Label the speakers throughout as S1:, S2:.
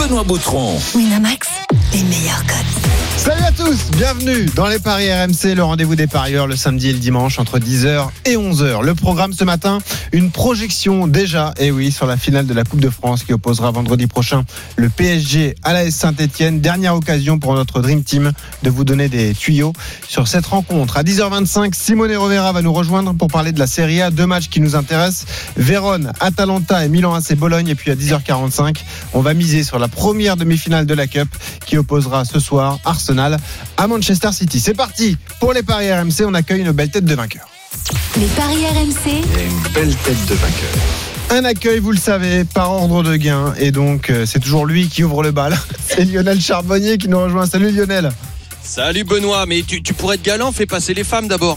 S1: Benoît Boutron.
S2: Winamax, les meilleurs codes.
S3: Salut à tous, bienvenue dans les Paris RMC, le rendez-vous des parieurs le samedi et le dimanche entre 10h et 11h. Le programme ce matin, une projection déjà, et oui, sur la finale de la Coupe de France qui opposera vendredi prochain le PSG à la Saint-Etienne. Dernière occasion pour notre Dream Team de vous donner des tuyaux sur cette rencontre. À 10h25, Simone Rovera va nous rejoindre pour parler de la Serie A, deux matchs qui nous intéressent, Vérone, Atalanta et Milan AC Bologne. Et puis à 10h45, on va miser sur la première demi-finale de la Cup qui opposera ce soir Arsenal à Manchester City. C'est parti pour les paris RMC. On accueille une belle tête de vainqueur.
S2: Les paris RMC,
S3: Un accueil, vous le savez, par ordre de gain. Et donc, euh, c'est toujours lui qui ouvre le bal. C'est Lionel Charbonnier qui nous rejoint. Salut Lionel.
S4: Salut Benoît, mais tu, tu pourrais être galant, fais passer les femmes d'abord.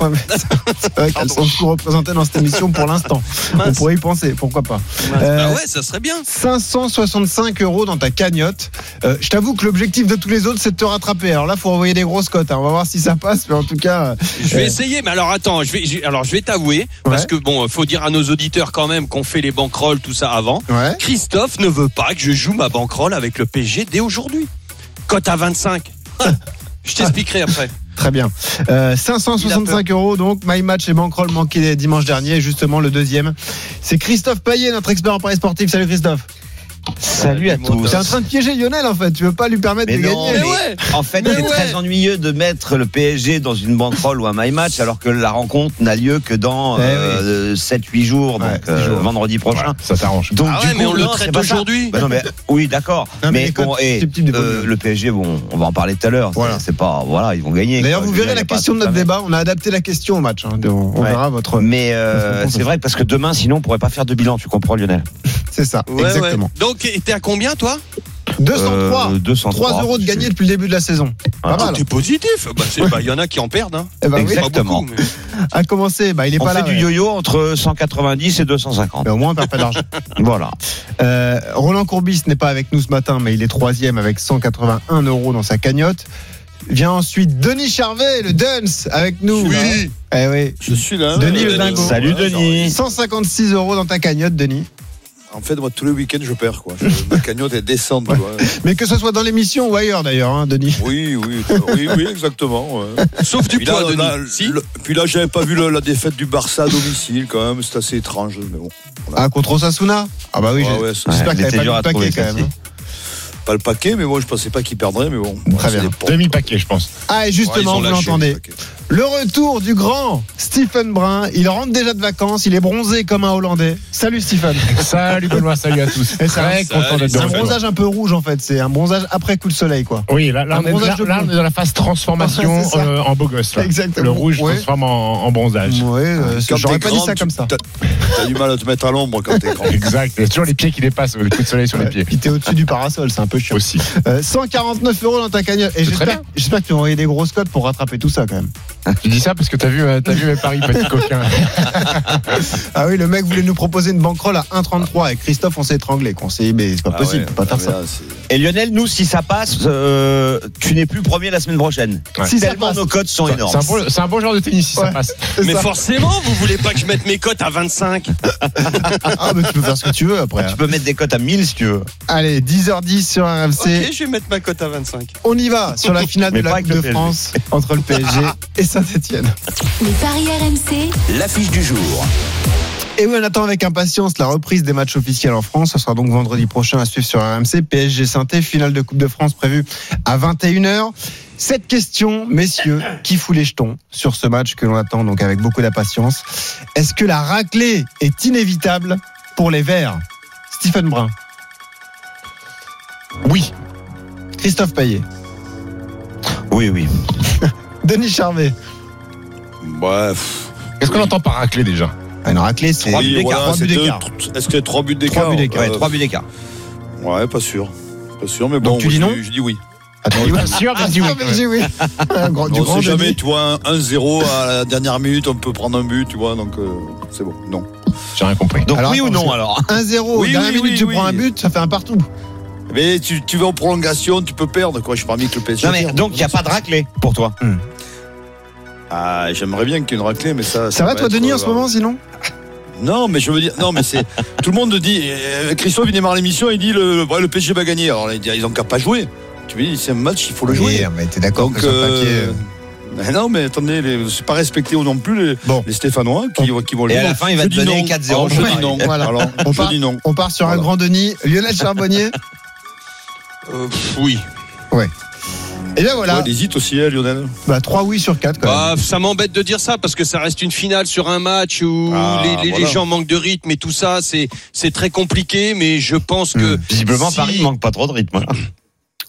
S3: Ouais, mais c'est- c'est vrai qu'elles sont plus représentées dans cette émission pour l'instant. On
S4: Mince.
S3: pourrait y penser, pourquoi pas. Euh,
S4: Bah ouais, ça serait bien.
S3: 565 euros dans ta cagnotte. Euh, je t'avoue que l'objectif de tous les autres, c'est de te rattraper. Alors là, faut envoyer des grosses cotes. hein. On va voir si ça passe, mais en tout cas, euh,
S4: Je vais
S3: euh,
S4: essayer, mais alors attends, je vais, je- alors je vais t'avouer parce
S3: Ouais.
S4: que bon, faut dire à nos auditeurs quand même qu'on fait les bankrolls tout ça avant.
S3: euh, ouais.
S4: Christophe ne veut pas que je joue ma bankroll avec le PSG dès aujourd'hui. Cote à 25. je t'expliquerai après.
S3: Très bien. Euh,
S4: Il
S3: 565 euros, donc My Match et Bankroll manqué dimanche dernier, et justement le deuxième. C'est Christophe Payet, notre expert en paris sportif. Salut Christophe.
S5: Salut à
S4: Dis-moi,
S5: tous.
S3: T'es en train de piéger Lionel en fait, tu veux pas lui permettre
S5: Mais
S3: de
S5: non,
S3: gagner.
S5: mais En fait,
S4: Mais
S5: c'est
S4: ouais.
S5: très ennuyeux de mettre le PSG dans une banquerolle ou un my match alors que la rencontre n'a lieu que dans
S3: Eh
S5: 7-8
S3: Ouais,
S5: jours, donc
S3: six
S5: euh,
S3: jours.
S5: vendredi prochain.
S3: ça t'arrange.
S5: Donc,
S4: Ah
S5: du
S4: ouais,
S5: coup,
S4: mais on le
S5: non, c'est
S4: traite
S5: pas ça.
S4: aujourd'hui.
S5: Bah non, mais- oui, d'accord.
S3: Non, mais
S5: Mais,
S3: les codes
S5: bon, eh,
S3: susceptibles des
S5: euh,
S3: bonnes
S5: le PSG, bon, on va en parler tout à l'heure.
S3: Voilà.
S5: C'est c'est pas, voilà, ils vont gagner.
S3: D'ailleurs,
S5: quoi.
S3: vous
S5: Je veux
S3: verrez la
S5: dire, il y a pas
S3: question de
S5: tout à
S3: notre
S5: fait.
S3: débat. On a adapté la question au match. hein. On, on
S5: Ouais.
S3: verra votre.
S5: Mais euh,
S3: Parce qu'on
S5: c'est vrai parce que demain, sinon, on pourrait pas faire de bilan. Tu comprends, Lionel
S3: C'est ça,
S4: Ouais, ouais.
S3: exactement.
S4: Donc t'es à combien toi
S3: 203.
S5: Euh, 203.
S3: 3 euros de gagné depuis le début de la saison. Pas
S5: Voilà.
S3: mal.
S4: T'es positif Bah c'est- bah, il y en a qui en perdent. Hein.
S3: Eh ben oui.
S5: Ah, Exact.
S4: Pas
S5: Exactement.
S4: beaucoup, mais-
S3: À commencer, bah, il est
S5: On
S3: pas là.
S5: fait du
S3: ouais.
S5: yo-yo entre 190 et 250.
S3: Mais au moins, on perd pas d'argent.
S5: Voilà.
S3: Euh, Roland Courbis n'est pas avec nous ce matin, mais il est troisième avec 181 euros dans sa cagnotte. Vient ensuite Denis Charvet, le Duns, avec nous.
S4: Oui.
S3: Eh oui.
S6: Je suis là.
S3: Denis
S6: Euh,
S3: le dingo.
S5: Salut, Denis.
S3: 156 euros dans ta cagnotte, Denis.
S6: En fait, moi, tous les week-ends, je perds. Quoi. Je- ma cagnotte est descente. quoi.
S3: Mais que ce soit dans l'émission ou ailleurs d'ailleurs, hein, Denis.
S6: Oui, oui, oui, oui, exactement. ouais.
S4: Sauf du
S6: Puis là,
S4: poids, Denis.
S6: là,
S4: Si
S6: le- puis là, j'avais pas vu le- la défaite du Barça à domicile, quand même. C'est assez étrange. Mais bon,
S3: Ah, contre Osasuna Ah bah oui,
S6: Ouais,
S3: j'ai-
S6: ouais,
S3: j'espère
S5: Ouais,
S3: que t'avais
S5: mais
S3: pas
S5: t'es
S3: mis
S5: dur
S3: le
S5: à
S3: paquet
S5: trouver,
S3: quand même.
S5: Cathy.
S3: hein.
S6: pas le paquet, mais moi, je pensais pas qu'il perdrait. Mais bon, voilà,
S3: bien.
S6: c'est des portes.
S7: Demi-paquet, je pense.
S3: Ah, et
S4: Ouais, ils
S3: justement,
S4: ont
S3: vous
S4: lâché.
S3: l'entendez.
S6: Ok.
S3: Le retour du grand Stephen Brun. Il rentre déjà de vacances, il est bronzé comme un Hollandais. Salut Stephen.
S7: Salut Benoît, salut à tous.
S3: Et ça-
S7: Très content d'être
S3: C'est un
S7: de retour.
S3: bronzage un peu rouge en fait, c'est un bronzage après coup de soleil quoi.
S7: Oui, là, là,
S3: Un
S7: on, est,
S3: bronzage
S7: là,
S3: de
S7: là,
S3: blond.
S7: on est dans la phase transformation
S3: Ah, c'est ça.
S7: euh, en beau gosse. là.
S3: Exactement.
S7: Le rouge
S3: Ouais.
S7: transforme en, en bronzage.
S3: Ouais, euh,
S6: Quand
S3: j'aurais
S6: t'es
S3: pas
S6: grand,
S3: dit ça
S6: tu-
S3: comme ça.
S6: t'as- T'as du mal à te mettre à l'ombre quand t'es grand.
S7: Exact. Il y a toujours les pieds qui dépassent, euh, le coup de soleil sur les pieds.
S3: Puis t'es au-dessus du parasol, c'est un peu chiant.
S7: Aussi.
S3: Euh, 149 euros dans ta cagnotte. Et
S7: C'est très
S3: j'espère
S7: bien.
S3: j'espère que tu vas envoyer des grosses cotes pour rattraper tout ça quand même.
S7: Tu dis ça parce que t'as vu, euh, t'as vu mes paris, petit coquin.
S3: Ah oui, le mec voulait nous proposer une bankroll à 1,33 et Christophe, on s'est étranglé. qu'on s'est dit, mais c'est pas
S6: Ah
S3: possible,
S6: ouais,
S3: faut pas faire
S6: mais
S3: ça.
S6: là, c'est-
S5: Et Lionel, nous, si ça passe, euh, tu n'es plus premier la semaine prochaine.
S7: Ouais.
S3: Si ça
S5: Tellement
S3: passe.
S5: nos codes sont
S7: C'est
S5: énormes.
S7: un, bon, c'est un bon genre de tennis si
S3: Ouais.
S7: ça passe.
S3: C'est
S4: Mais
S3: ça.
S4: forcément, vous voulez pas que je mette mes cotes à 25
S3: Ah, mais tu peux faire ce que tu veux après.
S5: Ah,
S3: hein.
S5: Tu peux mettre des cotes à 1000 si tu veux.
S3: Allez, 10h10 sur RMC.
S4: Ok, je vais mettre ma cote à 25.
S3: On y va sur la finale de
S5: Mais pas
S3: la
S5: avec
S3: Coupe de
S5: le PSG.
S3: France entre le PSG et Saint-Etienne.
S2: les paris RMC,
S1: L'affiche du jour.
S3: Et oui, on attend avec impatience la reprise des matchs officiels en France. Ce sera donc vendredi prochain à suivre sur RMC. PSG saint finale de Coupe de France prévue à 21h. Cette question, messieurs, qui fout les jetons sur ce match que l'on attend donc avec beaucoup d'impatience Est-ce que la raclée est inévitable pour les Verts Stephen Brun,
S7: Oui.
S3: Christophe Payet,
S5: Oui, oui.
S3: Denis Charvet.
S6: Bref.
S7: Qu'est-ce qu'on entend par racler déjà
S3: Ah, Une raclée, c'est
S6: Oui,
S3: d'écart,
S6: voilà,
S3: trois
S6: c'est
S3: buts
S6: deux-
S3: d'écart.
S6: tr- Est-ce que 3 buts d'écart
S3: buts d'écart.
S5: Ouais,
S6: euh,
S5: 3 buts d'écart.
S6: Ouais, pas sûr. Pas sûr, mais
S3: Donc
S6: bon,
S3: tu dis
S6: je-
S3: non
S6: je dis oui.
S3: Attends,
S7: Bien sûr, bien
S3: Ah,
S7: dit oui.
S3: mais j'ai oui. Un grand- Du
S6: on
S3: grand
S6: sait jamais,
S3: Denis.
S6: tu vois, un 1-0 à la dernière minute, on peut prendre un but, tu vois, donc euh, c'est bon. Non.
S7: J'ai rien compris.
S5: Donc
S3: Alors,
S5: oui ou
S3: attends,
S5: non
S3: c'est-
S5: alors
S3: 1-0,
S6: Oui,
S3: dernière
S6: oui,
S3: minute,
S6: oui,
S3: tu
S6: oui.
S3: prends un but, ça fait un partout.
S6: Mais tu, tu vas en prolongation, Ah, tu peux perdre, quoi. Je suis pas mis que le PSG.
S5: Non, mais
S6: perde.
S5: donc, il n'y a pas de raclée pour toi.
S6: Ah, j'aimerais bien qu'il y ait une raclée, mais ça.
S3: Ça va, toi,
S6: être,
S3: Denis, en
S6: euh,
S3: ce moment, sinon
S6: Non, mais je veux dire, non, mais c'est. tout le monde dit. euh, Christophe, il démarre l'émission, il dit le, le, ouais, le PSG va gagner. Alors, il dit, ils ont qu'à pas jouer. Tu lui dis, c'est un match, il faut le jouer.
S3: Oui, mais t'es d'accord
S6: Donc,
S3: que sur le
S6: euh,
S3: papier, euh,
S6: mais non, mais attendez, les- c'est pas respecté non plus les,
S3: Bon.
S6: les Stéphanois qui, qui vont le
S5: Et à
S6: dire.
S5: la fin, il va
S6: Je
S5: te
S6: dis
S5: donner
S6: non.
S5: 4-0.
S6: Alors, je
S3: Ouais.
S6: dis non.
S3: Voilà.
S6: Alors,
S3: On
S6: je
S3: part-
S6: dis non.
S3: On part sur un
S6: Voilà.
S3: grand Denis, Lionel Charbonnier.
S4: Euh, pff, oui.
S3: Et bien voilà,
S6: Ouais, il hésite aussi, hein, Lionel.
S3: bah, 3 oui sur 4 quand même.
S4: Bah, ça m'embête de dire ça parce que ça reste une finale sur un match où
S6: Ah,
S4: les, les- les
S6: voilà.
S4: gens manquent de rythme et tout ça. C'est c'est très compliqué, mais je
S3: Hmm.
S4: pense que
S5: Visiblement,
S4: si-
S5: Paris manque pas trop de rythme. hein.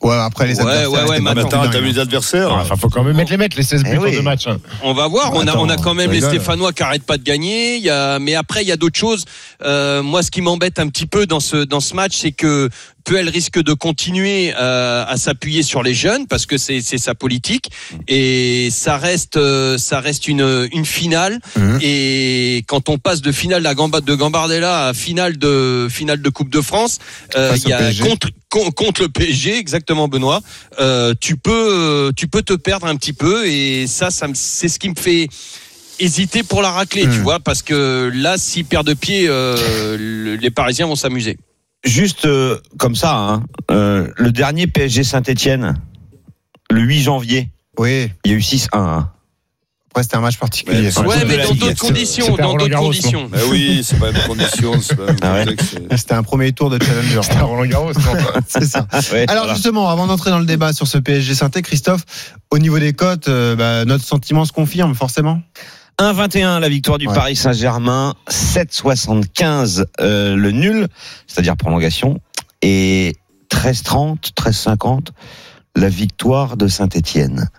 S3: Ouais, après les
S4: Ouais,
S3: adversaires.
S4: ouais, ouais,
S3: c'était
S4: mais
S3: pas
S6: Mais
S4: attends,
S3: dingue,
S6: attends, t'as
S3: hein.
S6: vu les adversaires
S7: Ah, Enfin, faut quand même mettre les mettre les 16 buts
S5: Eh
S7: en
S5: oui.
S7: deux matchs. hein.
S4: On va voir.
S5: Bon,
S4: on, a,
S5: attends,
S4: on a quand même
S7: je
S4: les
S7: rigole.
S4: Stéphanois qui arrêtent pas de gagner. Il y a, mais après, il y a d'autres choses. Euh, moi, ce qui m'embête un petit peu dans ce dans ce match, c'est que Puel risque de continuer euh, à s'appuyer sur les jeunes parce que c'est c'est sa politique et ça reste euh, ça reste une une finale.
S3: Mhm.
S4: Et quand on passe de finale de, Gamba, de Gambardella à finale de finale de Coupe de France, euh,
S3: Face
S4: il y
S3: au
S4: a
S3: PSG.
S4: contre con- contre le PSG exactement Benoît euh, tu peux euh, tu peux te perdre un petit peu et ça ça me- c'est ce qui me fait hésiter pour la raclée tu
S3: Hmm.
S4: vois parce que là s'ils perdent de pied euh, le- les parisiens vont s'amuser
S5: Juste euh, comme ça, hein, euh, le dernier PSG Saint-Etienne, le 8 janvier,
S3: Oui,
S5: il y a eu 6-1. hein.
S3: après c'était un match particulier.
S5: Ouais,
S4: ouais
S5: c'est de
S4: mais
S5: la
S4: dans
S5: Ligue,
S4: d'autres
S5: c'est-
S7: c'est
S4: conditions
S7: pas
S4: dans d'autres
S7: Roland-Garros,
S4: conditions
S6: Ben oui, c'est pas la même condition, c'est pas le même
S5: Ah ouais.
S6: contexte.
S3: C'était un premier tour de Challenger.
S7: C'était à Roland Garros.
S3: Ah, C'est ça.
S5: Ouais,
S3: Ah, Alors
S5: voilà.
S3: justement, avant d'entrer dans le débat sur ce PSG synthé, Christophe, au niveau des cotes, euh, bah, notre sentiment se confirme forcément.
S5: 1,21 la victoire du
S3: Ouais.
S5: Paris Saint-Germain, 7,75 euh, le nul, c'est-à-dire prolongation, et 13,30, 13,50 la victoire de Saint-Étienne.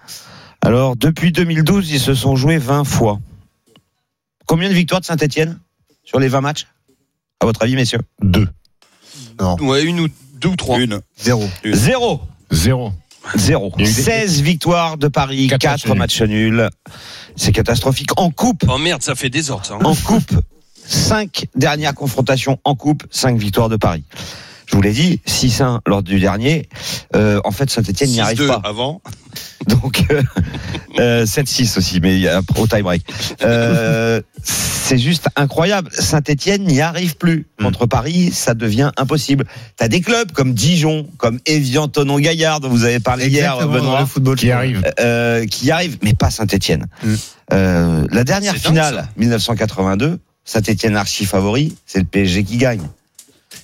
S5: Alors depuis 2012, ils se sont joués 20 fois. Combien de victoires de Saint-Étienne sur les 20 matchs À votre avis, messieurs
S7: 2.
S4: ouais une ou deux ou trois
S6: Une.
S3: Zéro.
S5: Zéro.
S7: 0.
S5: Zéro.
S7: Il y a eu des-
S5: 16 victoires de Paris,
S7: Quatre
S5: 4 matchs nuls. C'est catastrophique. En coupe,
S4: oh merde ça fait désordre ça hein.
S5: en coupe, 5 dernières confrontations en coupe, 5 victoires de Paris. Je vous l'ai dit, 6-1 lors du dernier. Euh, en fait, Saint-Etienne n'y arrive
S4: 6-2
S5: pas.
S4: avant
S5: Donc, euh, euh, 7-6 aussi, mais il y a- au tie-break. Euh, c'est juste incroyable. Saint-Etienne n'y arrive plus. Contre Paris, ça devient impossible. T'as des clubs comme Dijon, comme Evian, Tonon, Gaillard, dont vous avez parlé hier,
S3: Exactement dans
S5: Benoît
S3: le football.
S7: Qui arrive.
S5: euh, qui arrive, mais pas Saint-Etienne.
S3: Mm.
S5: Euh, la dernière
S4: C'est dingue,
S5: finale,
S4: ça.
S5: 1982, Saint-Etienne archi favori, c'est le PSG qui gagne.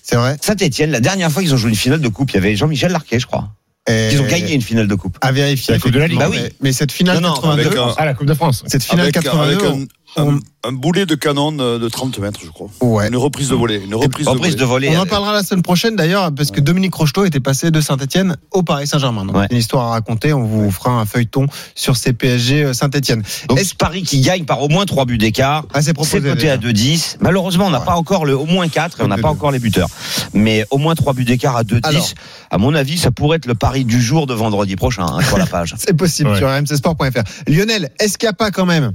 S3: C'est vrai.
S5: Saint-Etienne, la dernière fois qu'ils ont joué une finale de coupe, il y avait Jean-Michel Larquet, je crois.
S3: Et-
S5: Ils ont gagné une finale de coupe.
S3: À vérifier.
S7: La Coupe de la Ligue.
S3: effectivement,
S5: Bah oui.
S3: mais, mais cette finale
S5: Non, non,
S3: 82,
S6: Avec un,
S7: Ah, la Coupe de France.
S3: cette finale
S6: avec, un-
S3: 82,
S6: avec un,
S3: on-
S6: un- un boulet de canon de de 30 mètres, je crois.
S3: ouais.
S6: Une reprise de volée. Une reprise,
S5: Reprise de
S6: de volée.
S5: volée.
S3: On en
S5: euh,
S3: parlera la semaine prochaine d'ailleurs, parce que Dominique Rocheteau était passé de Saint-Etienne au Paris Saint-Germain. Donc,
S5: Ouais.
S3: une histoire à raconter. On vous fera un feuilleton sur ces PSG Saint-Etienne.
S5: Donc
S3: euh, Est-ce-
S5: ce Paris qui gagne par au moins 3 buts d'écart.
S3: Ah, c'est
S5: C'est
S3: proposé.
S5: coté
S3: déjà.
S5: à 2-10. Malheureusement, on n'a
S3: Ouais.
S5: pas encore le au moins 4 et on n'a
S3: Coté
S5: pas
S3: deux.
S5: encore les buteurs. Mais au moins 3 buts d'écart à 2-10.
S3: Alors.
S5: À mon avis, ça pourrait être le pari du jour de vendredi prochain hein, sur la page.
S3: C'est possible
S7: Ouais.
S3: sur rmcsport.fr. Lionel, est-ce qu'il n'y a pas quand même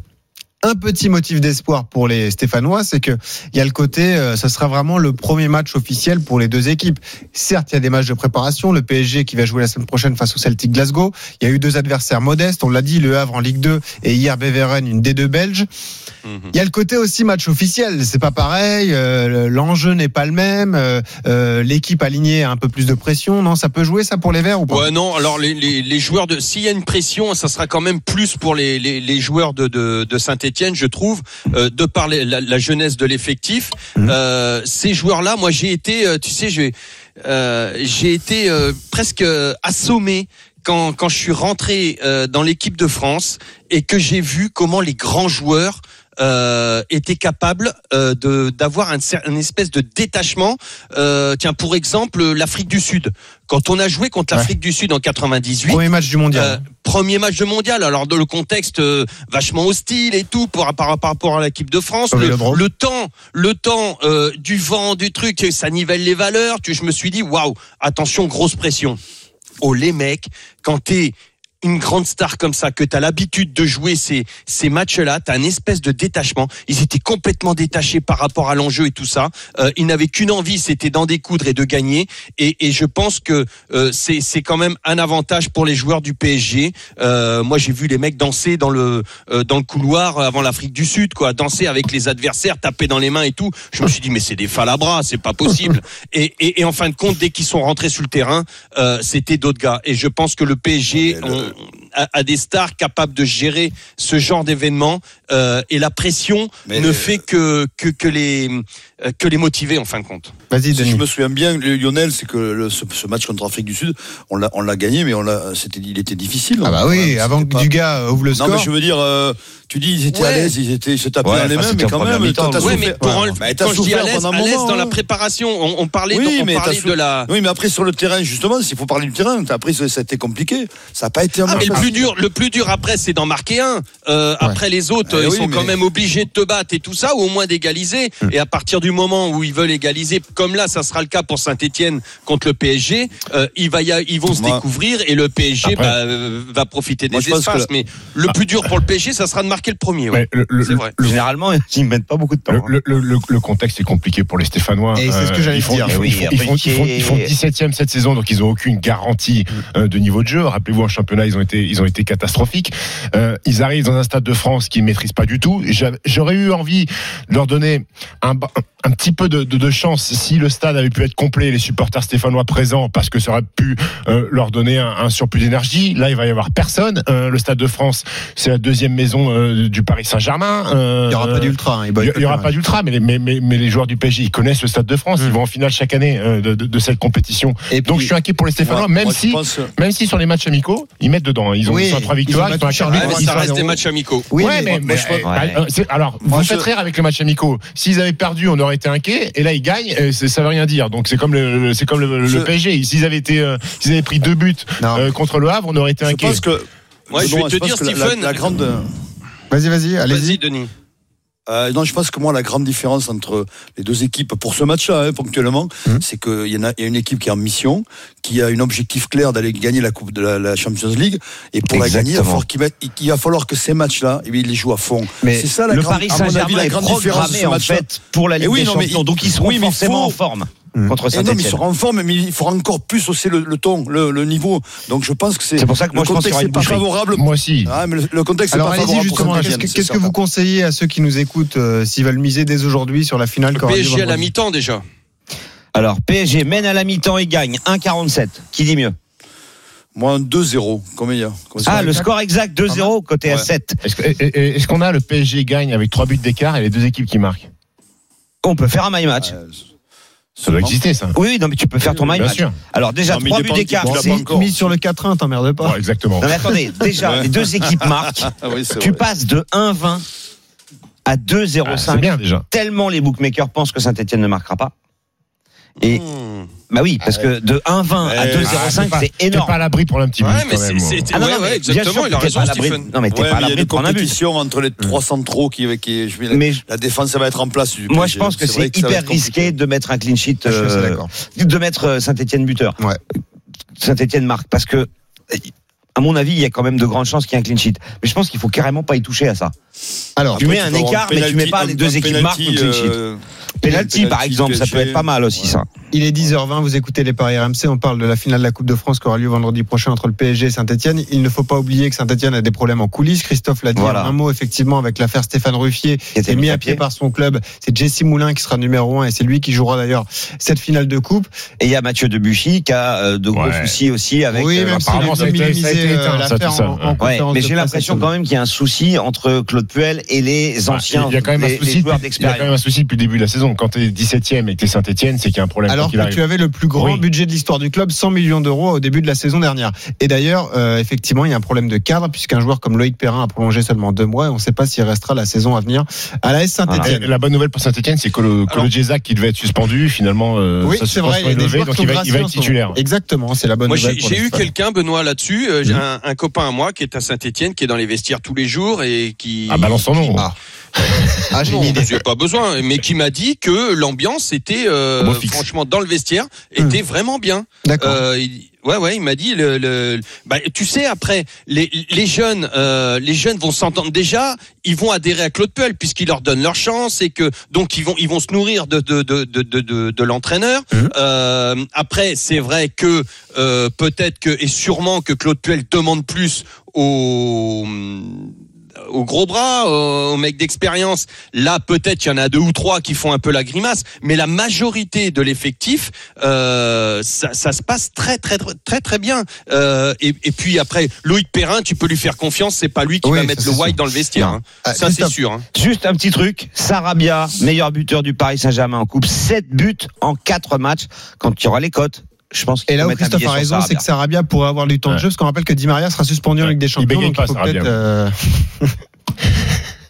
S3: un petit motif d'espoir pour les Stéphanois C'est que il y a le côté, euh, ce sera vraiment le premier match officiel pour les deux équipes. Certes, il y a des matchs de préparation. Le PSG qui va jouer la semaine prochaine face au Celtic Glasgow. Il y a eu deux adversaires modestes. On l'a dit, Le Havre en Ligue 2 et hier Beveren, une D2 belge.
S4: Mhm.
S3: Il y a le côté aussi match officiel, c'est pas pareil, euh, l'enjeu n'est pas le même, euh, euh, l'équipe alignée a un peu plus de pression, non Ça peut jouer ça pour les Verts ou pas
S4: Ouais, non, alors les, les, les joueurs de. S'il y a une pression, ça sera quand même plus pour les, les, les joueurs de, de, de Saint-Etienne, je trouve, euh, de par les- la, la jeunesse de l'effectif.
S6: Mmh.
S4: Euh, ces joueurs-là, moi j'ai été, euh, tu sais, j'ai euh, j'ai été euh, presque euh, assommé. Quand, quand je suis rentré euh, dans l'équipe de France et que j'ai vu comment les grands joueurs euh, étaient capables euh, de d'avoir un, cer- une espèce de détachement. Euh, tiens, pour exemple, l'Afrique du Sud. Quand on a joué contre
S3: Ouais.
S4: l'Afrique du Sud en 98,
S3: Premier match du mondial.
S4: euh, premier match de mondial, alors dans le contexte euh, vachement hostile et tout pour, par, par rapport à l'équipe de France,
S3: Au
S4: le,
S3: Vélodrome.
S4: le temps, le temps euh, du vent, du truc, et ça nivelle les valeurs. Tu, je me suis dit, waouh, attention, grosse pression. Oh les mecs, quand t'es une grande star comme ça, que tu as l'habitude de jouer ces, ces matchs-là, tu as un espèce de détachement. Ils étaient complètement détachés par rapport à l'enjeu et tout ça. Euh, ils n'avaient qu'une envie, c'était d'en découdre et de gagner. Et, et je pense que euh, c'est c'est quand même un avantage pour les joueurs du PSG. Euh, moi, j'ai vu les mecs danser dans le, euh, dans le couloir avant l'Afrique du Sud, quoi, danser avec les adversaires, taper dans les mains et tout. Je me suis dit, mais c'est des falabras, c'est pas possible. Et, et, et en fin de compte, dès qu'ils sont rentrés sur le terrain, euh, c'était d'autres gars. Et je pense que le PSG on- a, a des stars capables de gérer ce genre d'événement euh, et la pression
S6: Mais
S4: ne
S6: le-
S4: fait que, que, que, les, euh, que les motiver en fin de compte.
S3: Vas-y,
S6: Si je
S3: Denis.
S6: me souviens bien, le Lionel, c'est que le- ce, ce match contre l'Afrique du Sud, on l'a, on l'a gagné, mais on l'a, c'était, il était difficile.
S3: Ah bah oui,
S6: Voilà,
S3: avant
S6: c'était
S3: que
S6: pas-
S3: Dugas euh, ouvre le
S6: Non,
S3: score.
S6: mais je veux dire, euh, tu dis, ils étaient
S4: Ouais.
S6: à l'aise, ils étaient, ils se tapaient
S5: Ouais,
S6: dans les
S5: enfin,
S6: mains,
S5: c'était
S6: mais
S5: en
S6: quand
S5: première
S6: même,
S5: mi-temps,
S6: t'as
S5: le-
S4: Ouais,
S6: souffert.
S4: mais pour
S6: Ouais.
S4: enlever-
S6: Bah, t'as
S4: quand je dis à
S6: souffert
S4: l'aise,
S6: pendant un
S4: à l'aise
S6: moment,
S4: dans la
S6: hein.
S4: préparation, on, on parlait,
S6: Oui,
S4: de, on
S6: mais t'as
S4: parlait
S6: sou-
S4: de la.
S6: Oui, mais après sur le terrain, justement, s'il faut parler du terrain, t'as- après ça ça a été compliqué. Ça n'a pas été un
S4: Ah, mais
S6: match
S4: le
S6: facile.
S4: plus dur, le plus dur après, c'est d'en marquer un. Euh, Après les autres,
S6: Eh
S4: ils
S6: oui,
S4: sont quand
S6: mais- Hmm.
S4: même obligés de te battre et tout ça, ou au moins d'égaliser. Et à partir du moment où ils veulent égaliser, comme là, ça sera le cas pour Saint-Étienne contre le PSG, euh, il va y a- ils vont se
S6: Moi-
S4: découvrir et le PSG
S7: Après-
S4: bah, euh, va profiter
S6: Moi,
S4: des
S6: je pense
S4: espaces.
S6: que
S4: Mais le plus dur pour le PSG, ça sera de marquer le premier. ouais.
S7: Ouais, le, le-
S4: C'est vrai.
S5: Généralement, ils ne mettent pas beaucoup de temps.
S7: le-
S5: hein.
S7: le- le- le- le contexte est compliqué pour les Stéphanois.
S3: Et c'est ce que
S7: Euh,
S3: j'allais
S7: ils font-
S3: dire.
S7: Ils font,
S5: Oui,
S7: ils font- ils font- ils font- ils font
S5: Riquier.
S7: 17e cette saison, donc ils n'ont aucune garantie
S3: Mm.
S7: euh, de niveau de jeu. Rappelez-vous, en championnat, ils ont été, ils ont été catastrophiques. Euh, ils arrivent dans un stade de France qu'ils ne maîtrisent pas du tout. J'a- J'aurais eu envie de leur donner un, ba- un petit peu de, de- de chance si le stade avait pu être complet, les supporters stéphanois présents, parce que ça aurait pu euh, leur donner un, un surplus d'énergie. Là, il va y avoir personne. Euh, le stade de France, c'est la deuxième maison euh, du Paris Saint-Germain. Euh,
S3: Il n'y aura pas d'ultra. hein, ils
S7: il
S3: boycottent
S7: n'y aura
S3: le
S7: pas d'ultra, mais, les- mais, mais, mais les joueurs du PSG, ils connaissent le Stade de France, ils vont en finale chaque année euh, de, de- de cette compétition.
S3: match. Et
S7: Donc
S3: puis-
S7: je suis inquiet pour les Stéphanois,
S6: Moi-
S7: même,
S6: moi, je
S7: si,
S6: pense-
S7: même si sur les matchs amicaux, ils mettent dedans. Ils ont
S3: Oui,
S7: ils sont à trois
S3: ils ont
S7: victoires, ils
S3: battu
S7: sont à quatre
S3: Charleroi,
S4: Ouais, Ah,
S7: victoires,
S4: mais
S7: ils
S4: ça
S7: sont à
S4: reste des
S7: zéro.
S4: matchs amicaux.
S3: Oui,
S7: Ouais, mais-
S3: moi,
S7: mais-
S3: je-
S7: bah,
S5: ouais.
S7: euh, c'est- alors,
S3: Moi,
S7: vous
S3: je-
S7: faites rire avec le match amicaux. S'ils avaient perdu, on aurait été inquiet. Et là, ils gagnent. et c'est- ça veut rien dire. Donc, c'est comme le, le- c'est comme le, le
S6: Je-
S7: PSG. S'ils avaient été, euh, s'ils avaient pris deux buts
S3: Non.
S7: euh, contre le Havre, on aurait été
S6: Je
S7: inquiet.
S6: pense que.
S4: Ouais, je vais te
S6: pense
S4: dire,
S6: que la-
S4: Stephen-
S6: La, la grande.
S3: Vas-y, vas-y, allez-y.
S4: Vas-y, Denis.
S6: Euh, non, je pense que moi, la grande différence entre les deux équipes pour ce match-là, hein, ponctuellement, c'est qu'il y, en a- il y a une équipe qui est en mission, qui a un objectif clair d'aller gagner la Coupe de la, la Champions League. Et pour la gagner, il va
S5: Exactement.
S6: falloir, qu'ils mettent- il va falloir que ces matchs-là, eh bien, ils les jouent à fond.
S5: Mais
S6: c'est ça la
S5: le
S6: grande,
S5: Paris
S6: à mon avis,
S5: Saint-Germain
S6: la
S5: est
S6: grande différence de
S5: programmé
S6: ce
S5: en
S6: match-là.
S5: fait pour la Ligue
S6: Eh oui,
S5: des
S6: non, mais
S5: Champions,
S6: il-
S5: donc ils seront
S6: oui, mais il
S5: forcément
S6: faut-
S5: en forme
S3: Mm.
S6: Et
S5: contre
S6: non, mais ils
S5: Saint-Etienne.
S6: seront en forme, mais il faudra encore plus hausser le, le ton, le, le niveau. Donc je pense que c'est.
S5: C'est pour ça que moi,
S6: le
S5: je pense qu'il y
S6: contexte
S5: aura
S6: n'est
S5: une
S6: pas
S5: boucherie.
S6: favorable.
S7: Moi aussi.
S6: Ah, mais le, le contexte n'est
S3: Alors
S6: pas
S3: allez-y
S6: favorable.
S3: justement,
S6: pour
S3: qu'est-ce
S6: Saint-Étienne,
S3: que, qu'est-ce
S6: c'est
S3: que vous
S6: certain.
S3: conseillez à ceux qui nous écoutent euh, s'ils veulent miser dès aujourd'hui sur la finale
S4: Le
S3: qu'aura lieu
S4: PSG à la
S3: vendredi
S4: mi-temps déjà.
S5: Alors PSG mène à la mi-temps et gagne 1,47. Qui dit mieux
S6: Moi, un 2-0. Combien il y a Combien ça
S5: Ah,
S6: va
S5: le score exact 2-0 côté à
S6: Ouais.
S5: 7.
S7: Est-ce que- est- est- est-ce qu'on a le PSG gagne avec trois buts d'écart et les deux équipes qui marquent
S5: On peut faire un my match.
S6: Ouais,
S7: Ça doit
S6: Sûrement.
S7: exister, ça.
S5: Oui, oui, non, mais tu peux faire ton my
S7: Bien
S5: match.
S7: sûr.
S5: Alors déjà
S6: Non, mais
S5: 3
S6: il
S5: buts
S6: dépend du
S5: d'écart.
S6: type, il a
S5: c'est-
S6: pas encore.
S3: Mise sur le 4-1, t'emmerdes pas.
S7: Ouais, exactement.
S5: Non mais attendez, déjà les deux équipes marquent.
S6: Ah oui, c'est
S5: Tu
S6: vrai.
S5: passes de 1,20 à
S7: Ah, c'est
S5: 2,05.
S7: bien déjà.
S5: Tellement les bookmakers pensent que Saint-Etienne ne marquera pas. Et
S4: Hmm.
S5: bah oui, parce que de 1,20 à
S6: Ouais.
S7: Ah,
S5: 2,05,
S7: t'es pas-
S5: c'est
S7: T'es pas
S5: énorme.
S7: à l'abri pour un petit but
S4: Ouais, mais
S7: quand même.
S4: c'est- c'est-
S5: Ah non,
S4: ouais,
S5: non, mais
S4: ouais,
S5: bien sûr
S4: exactement, il a
S5: que t'es
S4: raison,
S5: pas à l'abri-
S4: Stephen.
S5: Non mais t'es
S6: Ouais,
S5: pas
S6: mais
S5: à
S6: il y a
S5: l'abri
S6: des
S5: de prendre un but. Mm.
S6: compétitions entre les trois centraux qui, qui je vais-
S5: Mais je-
S6: la défense ça va être en place. du
S5: moi,
S6: PSG.
S5: je pense que
S6: vrai
S5: c'est
S6: ça va
S5: hyper
S6: être compliqué.
S5: risqué de mettre un clean sheet,
S3: Ah, Je suis assez
S5: euh,
S3: d'accord.
S5: de mettre Saint-Etienne buteur.
S3: Ouais.
S5: Saint-Etienne marque, parce que, à mon avis, il y a quand même de grandes chances qu'il y ait un clean sheet. Mais je pense qu'il faut carrément pas y toucher à ça.
S3: Alors,
S5: tu mets
S6: Après,
S5: un
S6: peux avoir
S5: écart, mais tu mets
S6: penalty,
S5: pas
S6: un-
S5: les deux
S6: un
S5: équipes
S6: penalty,
S5: marquent ou clean sheet.
S6: euh,
S5: Penalty, par
S6: penalty
S5: exemple, ça peut
S6: pêché.
S5: être pas mal aussi,
S6: Ouais.
S5: ça.
S3: il est 10h20, vous écoutez les Paris RMC, on parle de la finale de la Coupe de France qui aura lieu vendredi prochain entre le PSG et Saint-Etienne. Il ne faut pas oublier que Saint-Etienne a des problèmes en coulisses. Christophe l'a dit
S5: Voilà.
S3: en un mot, effectivement, avec l'affaire Stéphane Ruffier,
S5: Qui a
S3: qui est mis à pied par son club. C'est Jesse Moulin qui sera numéro 1 et c'est lui qui jouera d'ailleurs cette finale de Coupe.
S5: Et il y a Mathieu Debuchy qui a euh, de gros
S7: Ouais.
S5: soucis aussi avec.
S3: oui,
S5: euh,
S3: même s'il a
S7: apparemment, ça a été- ça a été
S3: minimisé
S7: éteint,
S3: euh,
S7: ça, tout
S3: l'affaire
S7: ça.
S3: en- en
S7: Ouais,
S5: Ouais,
S3: conférence
S5: mais
S3: de
S5: j'ai
S3: presse
S5: l'impression
S3: cette
S5: quand même qu'il y a un souci entre Claude Puel et les anciens,
S7: Il y a quand même
S5: les,
S7: un souci.
S5: les joueurs
S7: Il y a quand même
S5: d'expérience.
S7: un souci depuis le début de la saison. Quand t'es 17ème et que t'es Saint-Etienne, c'est qu'il y a un problème.
S3: Alors
S7: quoi qu'il
S3: que
S7: arrive.
S3: tu avais le plus grand
S7: Oui.
S3: budget de l'histoire du club, 100 millions d'euros au début de la saison dernière. Et d'ailleurs, euh, effectivement, il y a un problème de cadre puisqu'un joueur comme Loïc Perrin a prolongé seulement deux mois et on ne sait pas s'il restera la saison à venir à la S
S7: Et
S3: Saint-Etienne.
S7: La bonne nouvelle pour Saint-Etienne, c'est que le
S4: Alors-
S7: que le Djezzak, qui devait être suspendu, finalement, euh,
S3: Oui,
S7: sa
S3: c'est vrai,
S7: suspension
S3: il y a
S7: est
S3: des
S7: levée,
S3: joueurs
S7: donc
S3: qui ont
S7: il va, il va être
S3: gracié en ce
S7: titulaire.
S3: moment. Exactement, c'est la bonne
S4: Moi,
S3: nouvelle.
S4: j'ai
S3: pour
S4: j'ai eu
S3: l'Espagne.
S4: quelqu'un, Benoît, là-dessus.
S7: Mhm.
S4: euh, j'ai un, un copain à moi qui est à Saint-Etienne, qui est dans les vestiaires tous les jours et qui.
S7: Ah, balance son nom.
S4: qui-
S7: Ah.
S3: Ah, j'ai
S4: Non,
S3: une idée.
S4: j'ai pas besoin, mais qui m'a dit que l'ambiance était, euh,
S7: Ah, Bon, fixe. Hmm.
S4: franchement, dans le vestiaire, était vraiment bien.
S3: D'accord.
S4: Euh, il- ouais, ouais, il m'a dit. Le, le- bah, tu sais, après, les, les jeunes, euh, les jeunes vont s'entendre déjà. Ils vont adhérer à Claude Puel puisqu'il leur donne leur chance et que donc ils vont, ils vont se nourrir de de de de de, de- de l'entraîneur.
S7: Hmm.
S4: Euh, après, c'est vrai que euh, peut-être que et sûrement que Claude Puel demande plus au au gros bras, au au mec d'expérience. Là, peut-être il y en a deux ou trois qui font un peu la grimace, mais la majorité de l'effectif, euh, ça, ça se passe très très très très, très bien. Euh, et, et puis après, Loïc Perrin, tu peux lui faire confiance, c'est pas lui qui
S3: Oui,
S4: va
S3: ça,
S4: mettre
S3: c'est
S4: le
S3: sûr.
S4: white dans le vestiaire.
S5: Non.
S4: hein.
S3: Ah,
S4: Ça c'est
S3: Christophe,
S4: sûr. hein.
S5: Juste un petit truc, Sarabia, meilleur buteur du Paris Saint-Germain en coupe, 7 buts en 4 matchs quand il y aura les cotes. Je pense qu'il
S3: Et là
S5: faut
S3: où
S5: mettre un
S3: Christophe
S5: billet
S3: a raison,
S5: sur
S3: c'est
S5: Sarabia.
S3: que Sarabia pourrait avoir du temps de
S7: Ouais.
S3: jeu, parce qu'on rappelle que Di Maria sera suspendu en
S7: Ouais.
S3: Ligue des
S7: Il
S3: Champions.
S7: bégaye
S3: donc
S7: pas,
S3: il faut
S7: Sarabia.
S3: peut-être, euh,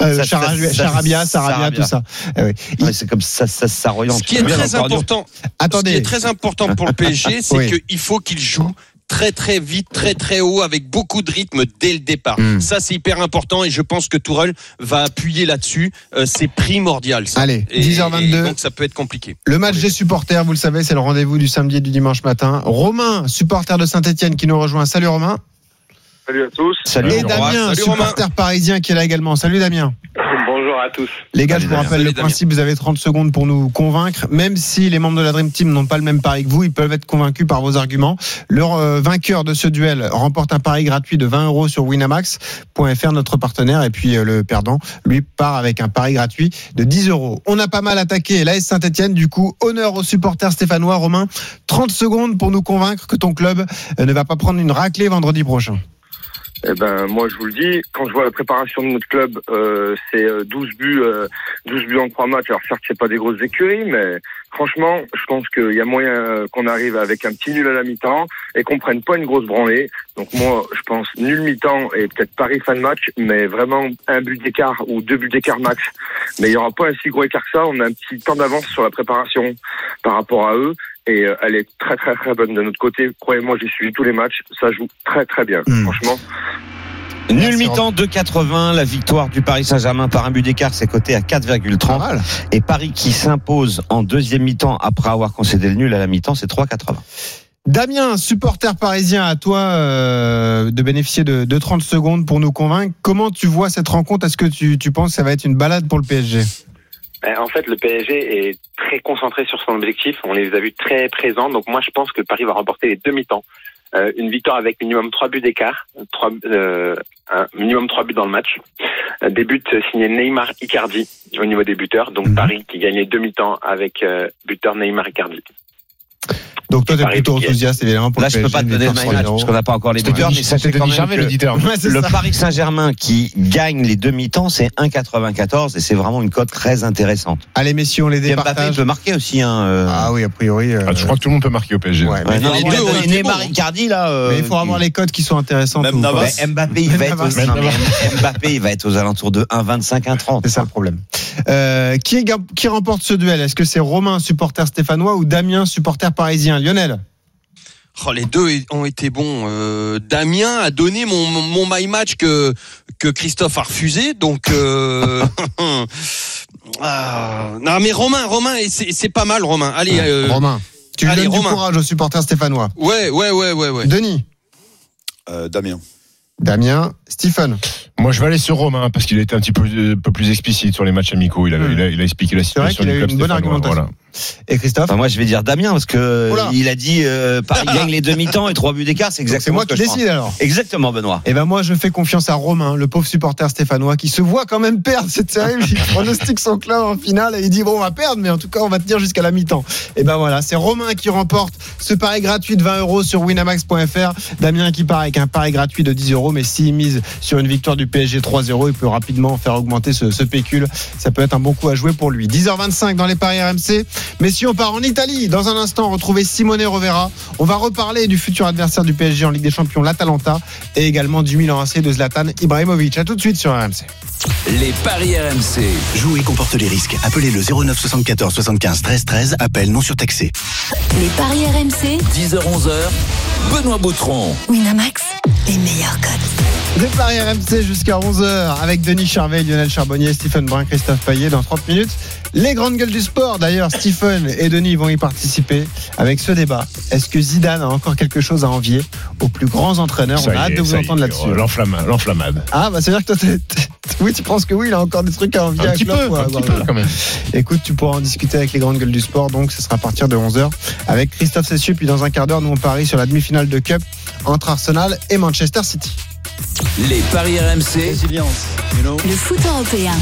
S3: euh,
S5: Ça, ça,
S3: Charabia,
S5: ça,
S3: Charabia,
S5: ça,
S3: Sarabia, tout ça. Eh oui.
S5: Ouais, c'est comme ça, ça, ça s'oriente.
S4: Ce qui est
S5: Bien
S4: très
S5: entendu.
S4: important,
S3: Attendez.
S4: ce qui est très important pour le PSG, c'est
S3: Oui.
S4: qu'il faut qu'il joue très très vite, très très haut, avec beaucoup de rythme dès le départ.
S3: Mm.
S4: Ça c'est hyper important et je pense que Tourelle va appuyer là-dessus. Euh, c'est primordial. Ça.
S3: Allez,
S4: Et-
S3: 10h22.
S4: et donc ça peut être compliqué.
S3: Le match des supporters, vous le savez, c'est le rendez-vous du samedi et du dimanche matin. Romain, supporter de Saint-Etienne, qui nous rejoint. Salut Romain.
S8: Salut à tous.
S5: Salut,
S3: Et
S5: on embrasse.
S3: Damien,
S4: Salut, Romain.
S3: supporter parisien, qui est là également. Salut Damien.
S8: Bonjour à tous.
S3: Les gars, je
S5: Salut,
S3: vous
S5: Damien.
S3: rappelle le
S4: Salut, Damien.
S3: principe, vous avez 30 secondes pour nous convaincre. Même si les membres de la Dream Team n'ont pas le même pari que vous, ils peuvent être convaincus par vos arguments. Leur euh, vainqueur de ce duel remporte un pari gratuit de 20 euros sur winamax.fr, notre partenaire. Et puis euh, le perdant, lui, part avec un pari gratuit de 10 euros. On a pas mal attaqué l'AS Saint-Etienne. Du coup, honneur aux supporters stéphanois. Romain, 30 secondes pour nous convaincre que ton club euh, ne va pas prendre une raclée vendredi prochain.
S8: Eh ben, moi, je vous le dis, quand je vois la préparation de notre club, euh, c'est euh, 12 buts, euh, 12 buts en trois matchs. Alors, certes, c'est pas des grosses écuries, mais franchement, je pense qu'il y a moyen euh, qu'on arrive avec un petit nul à la mi-temps et qu'on prenne pas une grosse branlée. Donc, moi, je pense nul mi-temps et peut-être Paris fin de match, mais vraiment un but d'écart ou deux buts d'écart max. Mais il y aura pas un si gros écart que ça. On a un petit temps d'avance sur la préparation par rapport à eux. Et euh, elle est très très très bonne de notre côté. Croyez-moi, j'ai suivi tous les matchs. Ça joue très très bien.
S7: Hmm.
S3: Mm.
S8: Franchement,
S5: Nul mi-temps 2,80. La victoire du Paris Saint-Germain par un but d'écart, c'est coté à 4,30.
S3: mal.
S5: Et Paris qui s'impose en deuxième mi-temps après avoir concédé le nul à la mi-temps, c'est 3,80.
S3: Damien, supporter parisien, à toi euh, de bénéficier de, de 30 secondes pour nous convaincre. Comment tu vois cette rencontre Est-ce que tu, tu penses que ça va être une balade pour le PSG
S9: Ben, En fait, le PSG est très concentré sur son objectif. On les a vus très présents. Donc moi, je pense que Paris va remporter les demi-temps. Euh, une victoire avec minimum trois buts d'écart, trois, euh, un minimum trois buts dans le match. Euh, des buts signés Neymar Icardi au niveau des buteurs. Donc
S3: Mhm.
S9: Paris qui gagne les demi-temps avec euh, buteur Neymar Icardi.
S3: Donc toi, t'es
S9: Paris
S3: plutôt
S9: qui-
S3: enthousiaste évidemment pour
S5: Là,
S3: le
S5: je peux
S3: PSG.
S5: pas te donner le my match parce qu'on n'a pas encore les
S7: C'était
S5: buteurs, mais
S7: Denis,
S5: sachez
S7: c'était
S5: quand
S7: Denis
S5: même
S7: Charvet,
S5: que
S7: l'auditeur.
S3: Ouais, c'est
S5: le
S3: ça.
S5: Paris Saint-Germain qui gagne les deux mi-temps, c'est 1,94 et c'est vraiment une cote très intéressante.
S3: Allez messieurs, on les
S5: Et Mbappé
S3: départage.
S5: peut marquer aussi. Hein, euh,
S3: Ah oui, a priori. euh,
S7: Ah, je crois que tout le monde peut marquer au PSG.
S3: ouais,
S5: ouais,
S3: mais,
S5: non,
S4: les
S5: on
S4: deux
S5: a
S4: ont
S5: donné
S4: été
S5: Neymar
S4: bons, hein.
S5: Icardi là. euh,
S3: mais il faut avoir les codes qui sont intéressantes.
S6: Même
S3: ou pas.
S6: Navas.
S5: Ouais, Mbappé, il va
S3: Même
S5: être aux,
S3: Navas.
S5: non, mais Mbappé, il va être aux alentours de 1,25, 1,30.
S3: C'est ça le problème. Euh, qui, est ga- qui remporte ce duel Est-ce que c'est Romain, supporter stéphanois, ou Damien, supporter parisien Lionel
S4: Oh, les deux ont été bons. Euh, Damien a donné mon, mon, mon my match que que Christophe a refusé. Donc euh... ah, non mais Romain, Romain, et c'est c'est pas mal Romain. Allez, euh,
S3: Romain. Tu
S4: allez,
S3: donnes
S4: Romain.
S3: du courage aux supporters stéphanois.
S4: ouais, ouais, ouais, ouais, ouais.
S3: Denis,
S6: Euh, Damien.
S3: Damien, Stephen.
S7: Moi, je vais aller sur Romain parce qu'il a été un petit peu, euh, peu plus explicite sur les matchs amicaux. Il a,
S3: Ouais.
S7: il a- il a expliqué la
S3: Hmm. vrai
S7: situation
S3: qu'il
S7: du
S3: a eu
S7: club
S3: une bonne
S7: stéphanois,
S3: argumentation.
S7: voilà.
S3: Et Christophe
S5: Enfin, moi, je vais dire Damien parce que
S3: Oula.
S5: il a dit euh, Paris gagne les deux mi-temps et trois buts d'écart. C'est
S3: C'est
S5: exactement
S3: moi
S5: ce que
S3: qui
S5: je pense.
S3: décide alors.
S5: Exactement, Benoît.
S3: Eh ben moi je fais confiance à Romain, le pauvre supporter stéphanois, qui se voit quand même perdre cette série. Il pronostique son club en finale et il dit bon on va perdre, mais en tout cas on va tenir jusqu'à la mi-temps. Et ben voilà, c'est Romain qui remporte ce pari gratuit de 20 euros sur winamax.fr. Damien qui part avec un pari gratuit de 10 euros, mais s'il mise sur une victoire du PSG 3-0, il peut rapidement faire augmenter ce, ce pécule. Ça peut être un bon coup à jouer pour lui. 10h25 dans les paris RMC. Mais si on part en Italie, dans un instant, retrouver Simone Rovera. On va reparler du futur adversaire du PSG en Ligue des Champions, l'Atalanta, et également du Milan AC de Zlatan Ibrahimovic. À tout de suite sur RMC.
S1: Les paris RMC.
S10: Jouer comporte les risques. Appelez le 09 74 75 13 13. Appel non surtaxé.
S2: Les paris RMC,
S1: 10h, 11h. Benoît Boutron.
S2: Winamax, les meilleurs codes.
S3: Des Paris RMC jusqu'à 11h avec Denis Charvet, Lionel Charbonnier, Stephen Brun, Christophe Payet dans 30 minutes. Les grandes gueules du sport, d'ailleurs, Stephen et Denis vont y participer avec ce débat. Est-ce que Zidane a encore quelque chose à envier aux plus grands entraîneurs On
S7: Ça
S3: a
S7: y
S3: hâte
S7: est,
S3: de vous
S7: ça y est,
S3: entendre là-dessus.
S7: L'enflammade. l'enflammade.
S3: Ah, bah, c'est-à-dire que toi, t'es- t'es- oui, tu penses que oui, il a encore des trucs à envier
S7: Un
S3: à
S7: petit peu,
S3: Klopp ou à
S7: un petit
S3: Guardiola.
S7: peu quand même.
S3: Écoute, tu pourras en discuter avec les grandes gueules du sport, donc ce sera à partir de 11h avec Christophe Cessieux. Puis dans un quart d'heure, nous on parie sur la demi-finale de Cup entre Arsenal et Manchester City.
S1: Les paris RMC,
S6: Résilience, you know.
S2: Le foot européen.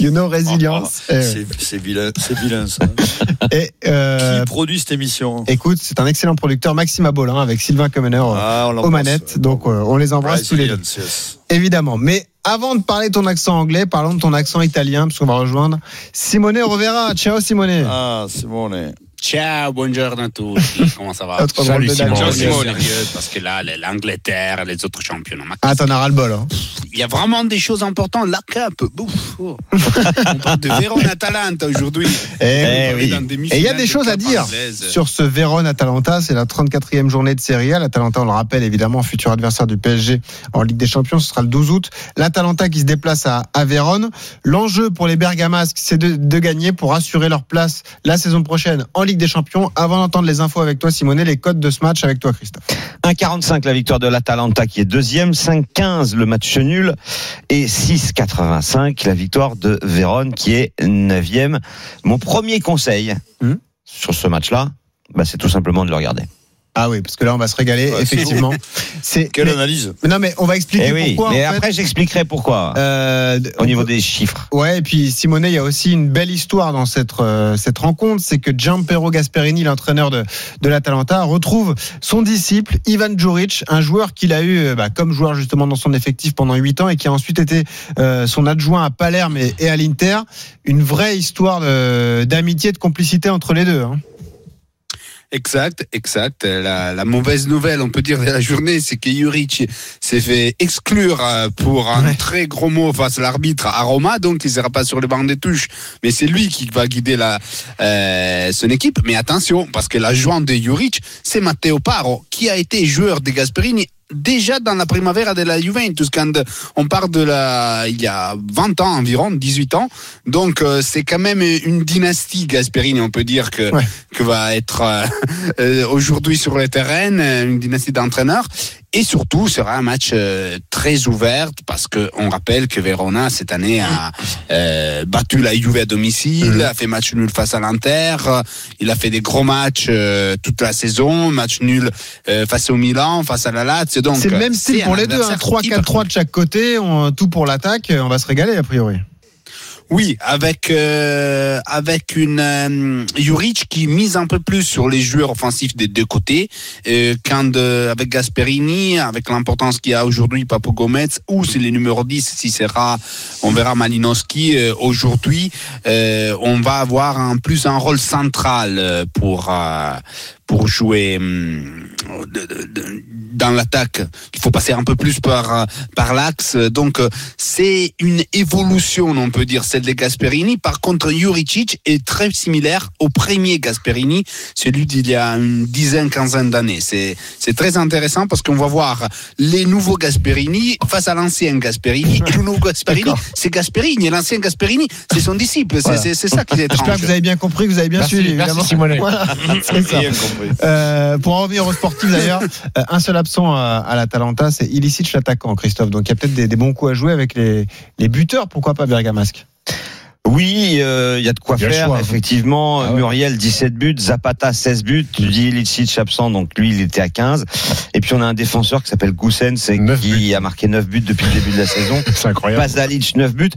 S3: You know, résilience. Eh oui.
S6: Ah, C'est c'est vilain, c'est vilain ça.
S3: Et, euh,
S6: Qui produit cette émission
S3: écoute, c'est un excellent producteur, Maxime Abolin, avec Sylvain Comener euh,
S6: Ah, on
S3: aux
S6: l'embrasse.
S3: manettes. Donc euh, on les embrasse tous les deux.
S6: Résilience, yes.
S3: Évidemment. Mais avant de parler de ton accent anglais, parlons de ton accent italien, puisqu'on va rejoindre Simone Rovera. Ciao Simone.
S6: Ah, c'est bon, on est.
S11: Ciao, buongiorno a tutti. Comment ça va
S3: Notre drôle de
S7: Simone.
S11: Je
S3: Danois.
S4: Ciao,
S11: suis
S4: Simone.
S11: sérieux parce que là, l'Angleterre, les autres championnats. ma-
S3: Ah, t'en as ras-le-bol. hein.
S11: Il y a vraiment des choses importantes. La Cup, bouf. oh. On parle de Vérone-Atalanta aujourd'hui.
S3: Eh
S11: On est
S3: oui.
S11: dans des
S3: Et il y a
S11: demi-finales
S3: des
S11: de
S3: choses à
S11: Cup
S3: dire
S11: anglaise.
S3: sur ce Vérone-Atalanta. C'est la 34e journée de Serie A. L'Atalanta, on le rappelle, évidemment, futur adversaire du PSG en Ligue des Champions. Ce sera le 12 août. L'Atalanta qui se déplace à, à Vérone. L'enjeu pour les Bergamasques, c'est de, de gagner pour assurer leur place la saison prochaine en Ligue des Champions. Avant d'entendre les infos avec toi, Simonet, les codes de ce match avec toi, Christophe.
S5: 1,45 la victoire de l'Atalanta qui est deuxième, 5,15 le match nul et 6,85 la victoire de Vérone qui est neuvième. Mon premier conseil
S3: Hum.
S5: sur ce match-là, bah, c'est tout simplement de le regarder.
S3: Ah oui, parce que là, on va se régaler,
S6: Ouais,
S3: effectivement. C'est,
S6: Quelle
S3: mais-
S6: analyse
S3: mais non, mais on va expliquer
S5: Eh oui,
S3: pourquoi.
S5: mais
S3: en fait,
S5: après j'expliquerai pourquoi
S3: euh,
S5: au niveau des chiffres.
S3: Ouais, et puis Simonet, il y a aussi une belle histoire dans cette euh, cette rencontre, c'est que Gianpiero Gasperini, l'entraîneur de de l'Atalanta, retrouve son disciple Ivan Djuric, un joueur qu'il a eu euh, bah, comme joueur justement dans son effectif pendant huit ans et qui a ensuite été euh, son adjoint à Palerme et, et à l'Inter. Une vraie histoire de- d'amitié, de complicité entre les deux. hein.
S11: Exact, exact. Euh, La, la mauvaise nouvelle, on peut dire, de la journée, c'est que Juric s'est fait exclure euh, pour un très gros mot face à l'arbitre à Roma, donc il ne sera pas sur le banc des touches, mais c'est lui qui va guider la, euh, son équipe. Mais attention, parce que l'adjoint de Juric, c'est Matteo Paro, qui a été joueur de Gasperini déjà dans la primavera de la Juventus, quand on parle de la, il y a 20 ans environ, 18 ans. Donc euh, c'est quand même une dynastie Gasperini, on peut dire que
S3: Ouais.
S11: que va être euh, euh, aujourd'hui sur le terrain, euh, une dynastie d'entraîneurs. Et surtout, ce sera un match euh, très ouvert parce que on rappelle que Verona cette année a euh, battu la Juve à domicile,
S3: Mhm.
S11: a fait match nul face à l'Inter, euh, il a fait des gros matchs euh, toute la saison, match nul euh, face au Milan, face à la Lazio. Donc
S3: C'est le même
S11: euh,
S3: style
S11: c'est
S3: pour
S11: un
S3: les deux, hein,
S11: adversaire hyper
S3: 3-4-3 de chaque côté, on- tout pour l'attaque, on va se régaler a priori.
S11: Oui, avec euh, avec une euh, Juric qui mise un peu plus sur les joueurs offensifs des deux côtés, euh, quand euh, avec Gasperini, avec l'importance qu'il y a aujourd'hui Papo Gomez ou c'est les numéros 10 si sera on verra Malinowski euh, aujourd'hui, euh, on va avoir en plus un rôle central euh, pour euh, pour jouer hum, de- de- de- dans l'attaque. Il faut passer un peu plus par euh, par l'axe. Donc euh, c'est une évolution, on peut dire, celle de Gasperini. Par contre, Juricic est très similaire au premier Gasperini, celui d'il y a une dizaine, quinzaine d'années. C'est c'est très intéressant parce qu'on va voir les nouveaux Gasperini face à l'ancien Gasperini. Et le nouveau Gasperini,
S3: D'accord.
S11: c'est Gasperini. Et l'ancien Gasperini, c'est son disciple. C'est-
S3: Voilà.
S11: C'est c'est ça qui est étrange.
S3: J'espère que vous avez bien compris, que vous avez bien
S7: Merci,
S3: suivi.
S7: merci,
S3: évidemment.
S7: Simonet.
S3: Voilà, c'est ça.
S6: Bien compris.
S3: Euh, pour en revenir aux sportifs d'ailleurs, euh, un seul absent à, à l'Atalanta, c'est Ilicic l'attaquant, Christophe. Donc il y a peut-être des, des bons coups à jouer avec les, les buteurs, pourquoi pas Bergamasque
S5: Oui, euh, il y a de quoi
S7: Il y a le
S5: faire,
S7: choix.
S5: effectivement.
S7: Ah ouais.
S5: Muriel, 17 buts. Zapata, 16 buts. Ilicic absent, donc lui, il était à 15. Et puis, on a un défenseur qui s'appelle Goussens et
S7: Neuf
S5: qui a marqué 9 buts depuis le début de la saison.
S7: C'est incroyable.
S5: Pasalic, 9 buts.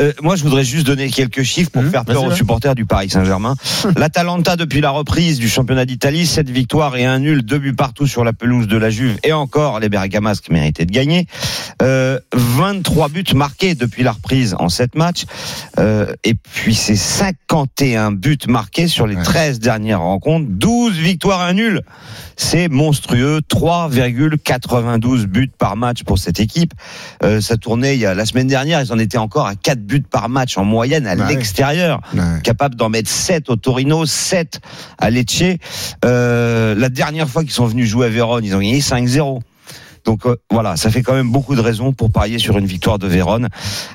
S5: Euh, moi, je voudrais juste donner quelques chiffres pour
S3: Mhm,
S5: faire
S3: vas-y,
S5: peur aux
S3: ouais.
S5: supporters du Paris Saint-Germain. L'Atalanta, depuis la reprise du championnat d'Italie, 7 victoires et un nul, 2 buts partout sur la pelouse de la Juve. Et encore, les Bergamasques méritaient de gagner. Euh, 23 buts marqués depuis la reprise en 7 matchs. Euh, et puis, c'est 51 buts marqués sur les 13 dernières rencontres. 12 victoires et un nul. C'est monstrueux. 3,92 buts par match pour cette équipe. Euh, ça tournait il y a, la semaine dernière, ils en étaient encore à 4 buts par match en moyenne à
S3: Bah ouais.
S5: l'extérieur, capable d'en mettre 7 au Torino, 7 à Lecce. Euh, la dernière fois qu'ils sont venus jouer à Vérone, ils ont gagné 5-0. Donc euh, voilà, ça fait quand même beaucoup de raisons pour parier sur une victoire de Vérone.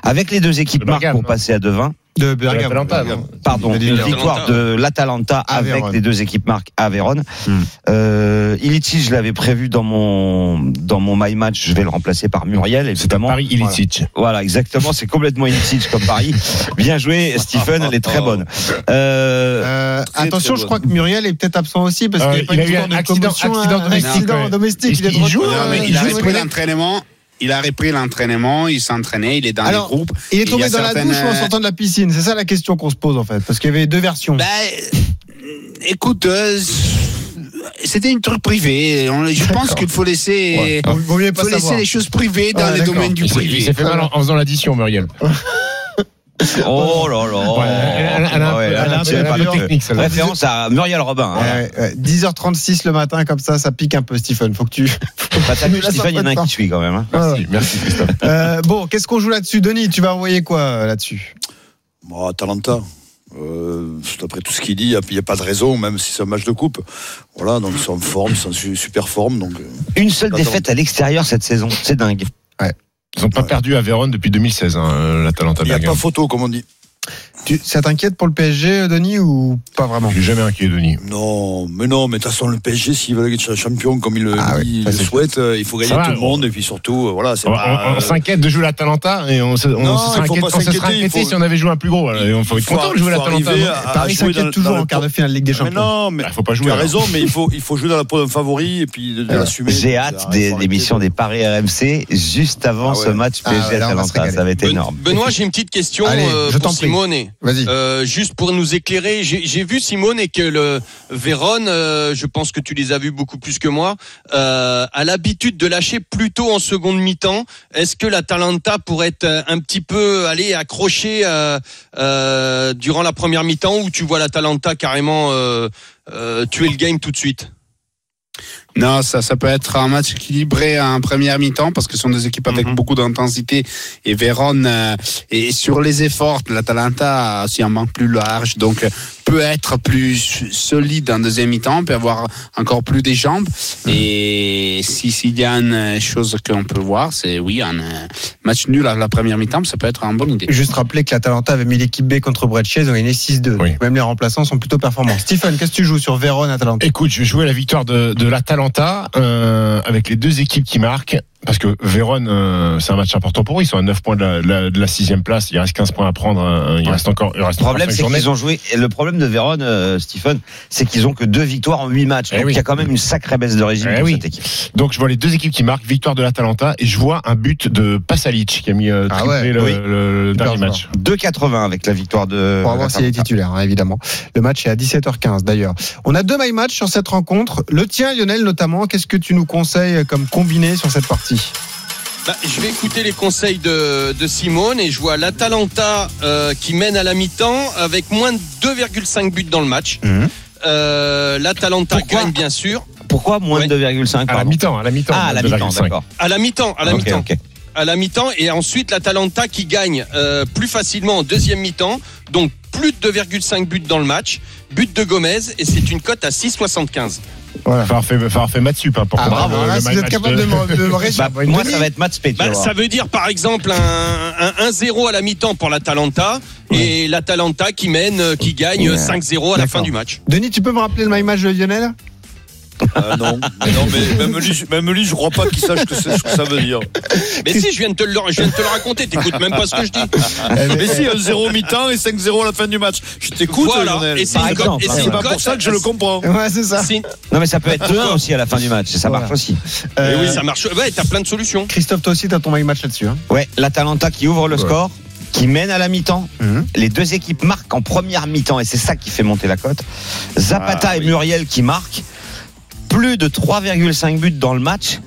S5: Avec les deux équipes
S7: De
S5: marques
S7: Bergame,
S5: pour
S7: non
S3: hein.
S5: passer à Devin.
S3: De Bergame.
S7: l'Atalanta,
S3: Bergame.
S5: Pardon,
S3: Il a dit
S5: une
S3: Bergame.
S5: victoire de l'Atalanta
S3: À
S5: avec
S3: Vérone.
S5: les deux équipes marques à Vérone.
S7: Hmm.
S5: Euh, Ilicic, je l'avais prévu dans mon dans mon my match, je vais le remplacer par Muriel
S7: C'est un
S5: évidemment.
S7: pari illicite.
S5: Voilà, exactement, c'est complètement Ilicic comme pari. Bien joué, Stephen, elle est très bonne. Euh,
S3: Euh, attention, je crois que Muriel est peut-être absent aussi parce
S7: Euh,
S3: qu'il
S7: il
S3: n'y
S7: a
S3: a pas
S7: eu
S3: eu
S7: un accident- accident domestique,
S3: euh, accident
S7: ouais.
S3: domestique.
S7: Il-
S3: est de
S7: il joue,
S3: retour.
S7: hein,
S11: Non, mais
S7: Euh,
S11: il a
S7: je
S11: repris
S7: voulais-
S11: l'entraînement. Il a repris l'entraînement, il s'entraînait, il est dans
S3: Alors,
S11: les groupes.
S3: Il est
S11: Il y
S3: tombé
S11: a
S3: dans la
S11: certaines- euh,
S3: douche
S7: euh,
S3: ou en sortant de la piscine C'est ça la question qu'on se pose en fait, parce qu'il y avait deux versions.
S11: Bah, écoute, euh, c'était une truc privée. On- Je pense qu'il faut laisser,
S3: Ouais. Vaut- vaut mieux pas
S11: faut laisser
S3: savoir.
S11: les choses privées dans
S3: Ouais,
S11: les
S3: d'accord.
S11: domaines du
S7: Ah. Il s'est- il
S11: privé.
S7: s'est fait mal en, en faisant l'addition, Muriel.
S5: oh là là.
S7: Euh, Ouais, elle- elle a un
S5: Ouais,
S7: peu-
S5: là,
S7: elle a un
S5: c'est
S7: peu-
S5: pas
S7: elle a
S5: mal.
S7: un peu technique, celle-là.
S5: Référence à Muriel Robin. hein.
S3: Ouais, ouais. 10h36 le matin, comme ça, ça pique un peu, Stephen. Faut que tu.
S5: Bah, t'as
S3: Mais
S5: vu,
S3: là, ça
S5: Stéphane, il y en a
S3: prête
S5: un
S3: pas.
S5: qui suit quand même. hein.
S6: Ah
S7: Si, Merci, Christophe.
S3: Euh, bon, qu'est-ce qu'on joue là-dessus, Denis Tu vas envoyer quoi euh, là-dessus
S6: Bon, Atalanta. Euh, après tout ce qu'il dit, il n'y a, pas de raison, même si c'est un match de coupe. Voilà, donc ils sont en forme, ils sont en su- super forme. Donc, euh,
S5: Une seule
S6: Attends.
S5: défaite à l'extérieur cette saison, c'est dingue.
S7: Ils n'ont pas
S6: Ouais.
S7: perdu à Vérone depuis 2016, hein, euh, l'Atalanta
S6: il n'y a
S7: Bergame.
S6: pas photo, comme on dit.
S3: tu, Ça t'inquiète pour le PSG, euh, Denis, ou pas
S7: Je
S3: vraiment
S7: suis jamais inquiet, Denis.
S6: Non, mais non, mais de toute façon, le PSG, s'il veut être champion comme il le,
S3: Ah oui,
S6: il
S3: ça,
S6: le
S3: c'est-
S6: souhaite, euh, il faut gagner
S7: Ça va,
S6: tout le
S7: on-
S6: monde. Et puis surtout, euh, voilà, c'est
S7: On,
S6: pas,
S7: on- on
S6: euh,
S7: s'inquiète de jouer l'Atalanta et on se, on
S6: Non, il
S7: se serait
S6: faut
S7: inquiet-
S6: pas
S7: on se serait
S6: s'inquiéter, il
S7: inquiété
S6: faut-
S7: si on avait joué un plus gros. alors, et on faut être
S6: faut-
S7: content de jouer
S6: faut
S7: l'Atalanta.
S6: arriver
S7: non
S11: Ah,
S6: à- à
S3: Paris
S6: jouer dans
S3: s'inquiète
S6: le-
S3: toujours
S6: dans le-
S3: en quart de finale de Ligue des
S6: Mais
S3: Champions.
S6: non, mais
S7: Bah, faut pas
S6: tu
S7: jouer.
S6: as
S7: alors.
S6: raison, mais il faut, il faut jouer dans la peau d'un favori et puis de, de l'assumer.
S5: J'ai
S6: Ça
S5: hâte
S6: arrive
S5: des
S6: pas à
S5: émissions des
S6: arrêter.
S5: paris RMC juste avant
S6: Ah ouais.
S5: ce match
S3: Ah
S5: PSG
S3: ouais, là, on va se
S5: Atalanta.
S3: régaler.
S5: Ça va être
S4: Ben-
S5: énorme.
S4: Benoît, j'ai une petite question
S3: Allez,
S4: euh,
S3: je
S4: pour
S3: t'en prie.
S4: Simone.
S3: Vas-y.
S4: Euh, juste pour nous éclairer, j'ai j'ai vu Simone et que le Vérone, euh, je pense que tu les as vus beaucoup plus que moi, euh, a l'habitude de lâcher plutôt en seconde mi-temps. Est-ce que la Talenta pourrait être euh, un petit peu aller accrocher euh, euh, durant la première mi-temps ou tu vois la Talenta carrément euh, euh, tuer le game tout de suite
S11: Non, ça, ça peut être un match équilibré en première mi-temps parce que ce sont des équipes avec
S4: Mhm.
S11: beaucoup d'intensité et Vérone euh, et sur les efforts, l'Atalanta a aussi un manque plus large donc euh, peut être plus solide en deuxième mi-temps, peut avoir encore plus des jambes et si s'il y a une chose qu'on peut voir, c'est oui un euh, match nul à la première mi-temps, ça peut être une bonne idée.
S3: Juste rappeler que l'Atalanta avait mis l'équipe B contre Breccia, ils ont gagné 6-2.
S7: Oui.
S3: Donc Même les remplaçants sont plutôt performants. Stephen, qu'est-ce que tu joues sur Vérone Atalanta
S7: Écoute, je vais jouer la victoire de, de l'Atalanta euh, avec les deux équipes qui marquent. Parce que Vérone, euh, c'est un match important pour eux. Ils sont à 9 points de la, de la- de la sixième place. Il reste 15 points à prendre. hein. Il reste encore. Il reste
S5: Le problème,
S7: encore cinq
S5: c'est
S7: journées.
S5: qu'ils ont joué. et Le problème de Vérone, euh, Stephen, c'est qu'ils ont que deux victoires en huit matchs.
S7: Eh
S5: Donc
S7: oui.
S5: il y a quand même une sacrée baisse de régime
S7: Eh
S5: pour
S7: oui.
S5: cette équipe.
S7: Donc je vois les deux équipes qui marquent, victoire de l'Atalanta, et je vois un but de Pasalic qui a mis euh,
S3: Ah
S7: triplé
S3: ouais,
S7: le,
S3: oui.
S7: le- le dernier
S3: Hyper
S7: match.
S5: 2,80 avec la victoire de.
S3: Pour voir s'il est
S5: l'Atalanta.
S3: titulaire, hein, évidemment. Le match est à 17h15 d'ailleurs. On a deux my match sur cette rencontre. Le tien, Lionel, notamment. Qu'est-ce que tu nous conseilles euh, comme combiné sur cette partie
S4: Bah, je vais écouter les conseils de, de Simone et je vois l'Atalanta euh, qui mène à la mi-temps avec moins de 2,5 buts dans le match.
S5: Mhm.
S4: Euh, L'Atalanta
S5: Pourquoi
S4: gagne bien sûr.
S5: Pourquoi moins
S4: Ouais.
S5: de 2,5
S7: À la
S5: pardon
S7: mi-temps, à la mi-temps.
S5: Ah, à la mi-temps,
S7: 2,5.
S5: d'accord.
S4: À la mi-temps, à la
S5: Ah, Ok,
S4: mi-temps.
S5: ok.
S4: À la mi-temps et ensuite l'Atalanta qui gagne euh, plus facilement en deuxième mi-temps. Donc plus de 2,5 buts dans le match. But de Gomez et c'est une cote à 6,75.
S7: Voilà. Faut avoir fait- faut avoir fait match sup, hein, pour comprendre le-
S3: Ah, là,
S7: le
S3: si
S7: my
S3: vous êtes
S7: match
S3: capable de,
S7: de-
S3: me- de me
S5: Bah,
S3: résumer.
S5: moi, ça va être match P. tu
S4: Bah,
S5: vas voir.
S4: ça veut dire par exemple un, un 1-0 à la mi-temps pour l'Atalanta et l'Atalanta qui mène, euh, qui gagne
S5: Ouais.
S4: 5-0 à la fin
S3: D'accord.
S4: du match.
S3: Denis, tu peux me rappeler le my match de Lionel
S6: Ah non, non, mais même lui, je- même lui, je crois pas qu'il sache ce que, c'est- ce que ça veut dire.
S4: Mais si, je viens de te le, je viens de te le raconter, t'écoutes même pas ce que je dis.
S6: Mais si, 1-0 mi-temps et 5-0 à la fin du match. Je t'écoute,
S4: Voilà.
S6: Lionel.
S4: Et c'est
S5: Par
S4: une cote-
S5: exemple,
S4: et
S5: par
S4: c'est
S6: C'est
S4: une
S5: exemple.
S6: pas
S4: cote-
S6: pour ça que je le comprends.
S3: Ouais, c'est ça.
S4: c'est-
S5: Non, mais ça peut être 2-1 aussi à la fin du match. Ça
S3: Voilà.
S5: marche aussi.
S4: Eh
S3: Euh,
S4: oui, ça marche. Ouais, t'as plein de solutions.
S3: Christophe, toi aussi, t'as ton my match là-dessus. hein.
S5: Ouais, l'Atalanta qui ouvre le score, qui mène à la mi-temps.
S3: Mhm.
S5: Les deux équipes marquent en première mi-temps et c'est ça qui fait monter la cote. Zapata
S6: Ah,
S5: et Muriel qui marquent. Plus de 3,5 buts dans le match.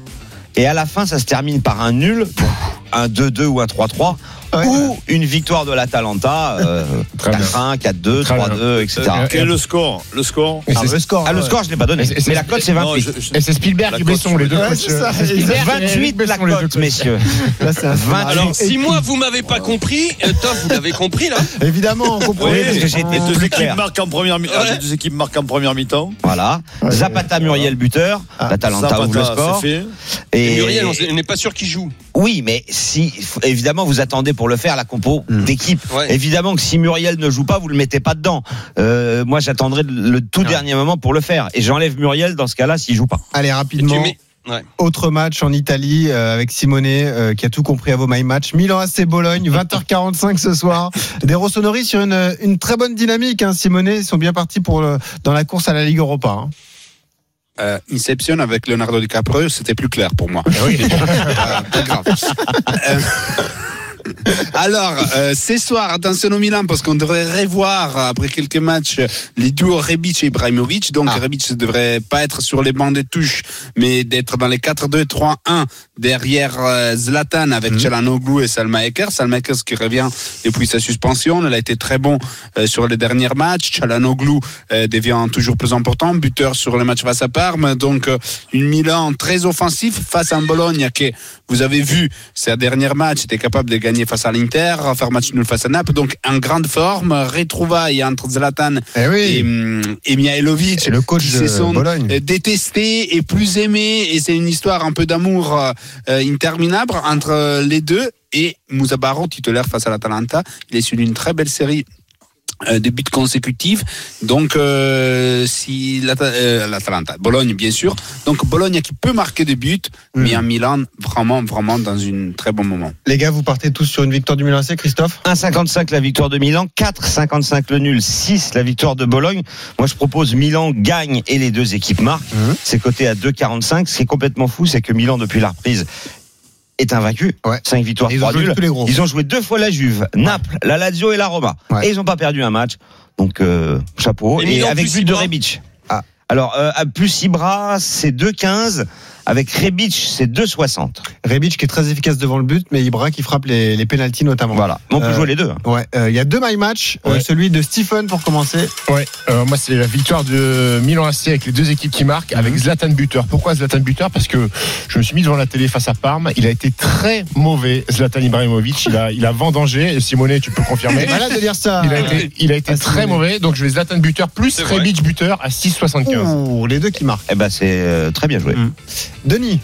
S5: Et à la fin, ça se termine par un nul, donc un 2-2 ou un 3-3.
S3: ouais.
S5: ou une victoire de l'Atalanta, euh, 4-1, 4-2, 3-2, etc.
S6: Euh, Et le score Le score
S5: Ah, le score, ah, le score, je l'ai pas donné.
S7: Et c'est-
S5: Mais la cote, c'est 28.
S6: Non, je- je-
S7: Et c'est Spielberg
S6: La
S7: et
S6: cote,
S7: Besson, les deux
S3: Ouais,
S7: coachs.
S3: c'est ça.
S7: C'est Spielberg et
S5: 28 la
S7: Besson, les deux
S5: cote,
S7: coachs.
S5: messieurs.
S3: Là, c'est un-
S5: 28.
S4: Alors, si moi vous m'avez pas compris, euh, Tom, vous l'avez compris là
S3: Évidemment, on comprend.
S5: Oui, parce que j'ai été
S6: Les deux
S5: plus
S6: équipes
S5: clair.
S6: marquent en première mi-temps.
S4: Ouais.
S6: Les ah, deux équipes marquent en première mi-temps.
S5: Voilà. Zapata, Muriel, buteur. L'Atalanta ouvre le
S6: Zapata,
S5: score.
S6: c'est fait.
S4: Et
S5: Et
S4: Muriel, on s- on n'est pas sûr qu'il joue.
S5: oui, mais si f- évidemment vous attendez pour le faire la compo d'équipe.
S4: Ouais.
S5: Évidemment que si Muriel ne joue pas, vous le mettez pas dedans. Euh, moi, j'attendrai le tout dernier moment pour le faire. Et j'enlève Muriel dans ce cas-là s'il joue pas.
S3: Allez,
S4: Et tu
S3: rapidement.
S4: mets- Ouais.
S3: Autre match en Italie euh, avec Simone euh, qui a tout compris à vos my match. Milan AC Bologne 20h45 ce soir. Des Rossoneri sur une, une très bonne dynamique. Hein, Simone ils sont bien partis pour le- dans la course à la Ligue Europa. hein.
S11: Euh, Inception avec Leonardo DiCaprio, c'était plus clair pour moi. Ah, pas grave. Euh, Alors, euh, ce soir, attention au Milan, parce qu'on devrait revoir, après quelques matchs, les duos Rebic et Ibrahimovic. Donc, Rebic ne devrait pas être sur les bancs de touche, mais d'être dans les 4-2-3-1 derrière euh, Zlatan avec Çalhanoğlu et Salma Eker. Salma Eker qui revient depuis sa suspension. Elle a été très bon euh, sur les derniers matchs. Çalhanoğlu euh, devient toujours plus important, buteur sur le match face à Parme. Donc, euh, une Milan très offensif face à un Bologne qui, vous avez vu, ces derniers matchs était capable de gagner face à l'Inter, faire match nul face à Naples. Donc, en grande forme, retrouvaille entre Zlatan
S3: Eh
S11: et,
S3: oui,
S11: hum, et Mihailovic.
S3: c'est le coach
S11: qui se
S3: de
S11: sont
S3: Bologne.
S11: euh, détesté et plus aimé et c'est une histoire un peu d'amour euh, euh, interminable entre euh, les deux et Moussa Barro titulaire face à l'Atalanta il est sur une très belle série euh, de buts consécutifs donc euh, si l'Ata- euh, l'Atalanta Bologne bien sûr donc Bologne qui peut marquer des buts
S7: Hmm.
S11: mais un Milan vraiment vraiment dans un très bon moment
S3: Les gars, vous partez tous sur une victoire du Milan AC, Christophe
S5: 1,55 la victoire de Milan, 4,55 le nul, 6 la victoire de Bologne. Moi, je propose Milan gagne et les deux équipes marquent.
S3: Mhm.
S5: C'est coté à 2,45. Ce qui est complètement fou, c'est que Milan, depuis la reprise, est invaincu.
S3: Ouais.
S5: 5 victoires,
S3: Bah, Ils ont
S5: 3
S3: joué
S5: nuls.
S3: tous les gros.
S5: Ils ont joué deux fois la Juve, Naples, la Lazio et la Roma.
S3: Ouais.
S5: Et ils n'ont pas perdu un match. Donc, euh, chapeau.
S4: Et
S5: Et,
S4: Milan
S5: avec
S4: plus
S5: but de
S4: Ibra.
S5: Rebic. Alors, euh, à plus Ibra, c'est 2,15. Avec Rebic, c'est 2,60.
S3: Rebic qui est très efficace devant le but, mais Ibra qui frappe les, les pénalties notamment.
S5: Voilà. Mais On peut
S3: Euh,
S5: jouer les deux. hein.
S3: Ouais, euh, il y a deux my match. euh,
S7: Ouais.
S3: celui de Stephen pour commencer.
S7: Ouais, euh, moi c'est la victoire de Milan AC avec les deux équipes qui marquent, avec Zlatan buteur. Pourquoi Zlatan buteur Parce que je me suis mis devant la télé face à Parme. Il a été très mauvais, Zlatan Ibrahimovic. Il a, il a vendangé. Et Simone, tu peux confirmer.
S3: C'est malade de dire ça.
S7: Il a été, il a été
S3: Ah,
S7: très
S3: Simone.
S7: mauvais. Donc je vais Zlatan buteur plus
S4: C'est vrai.
S7: Rebic buteur à 6,75.
S3: Ouh, les deux qui marquent.
S5: Eh ben, c'est euh, très bien joué.
S3: Denis,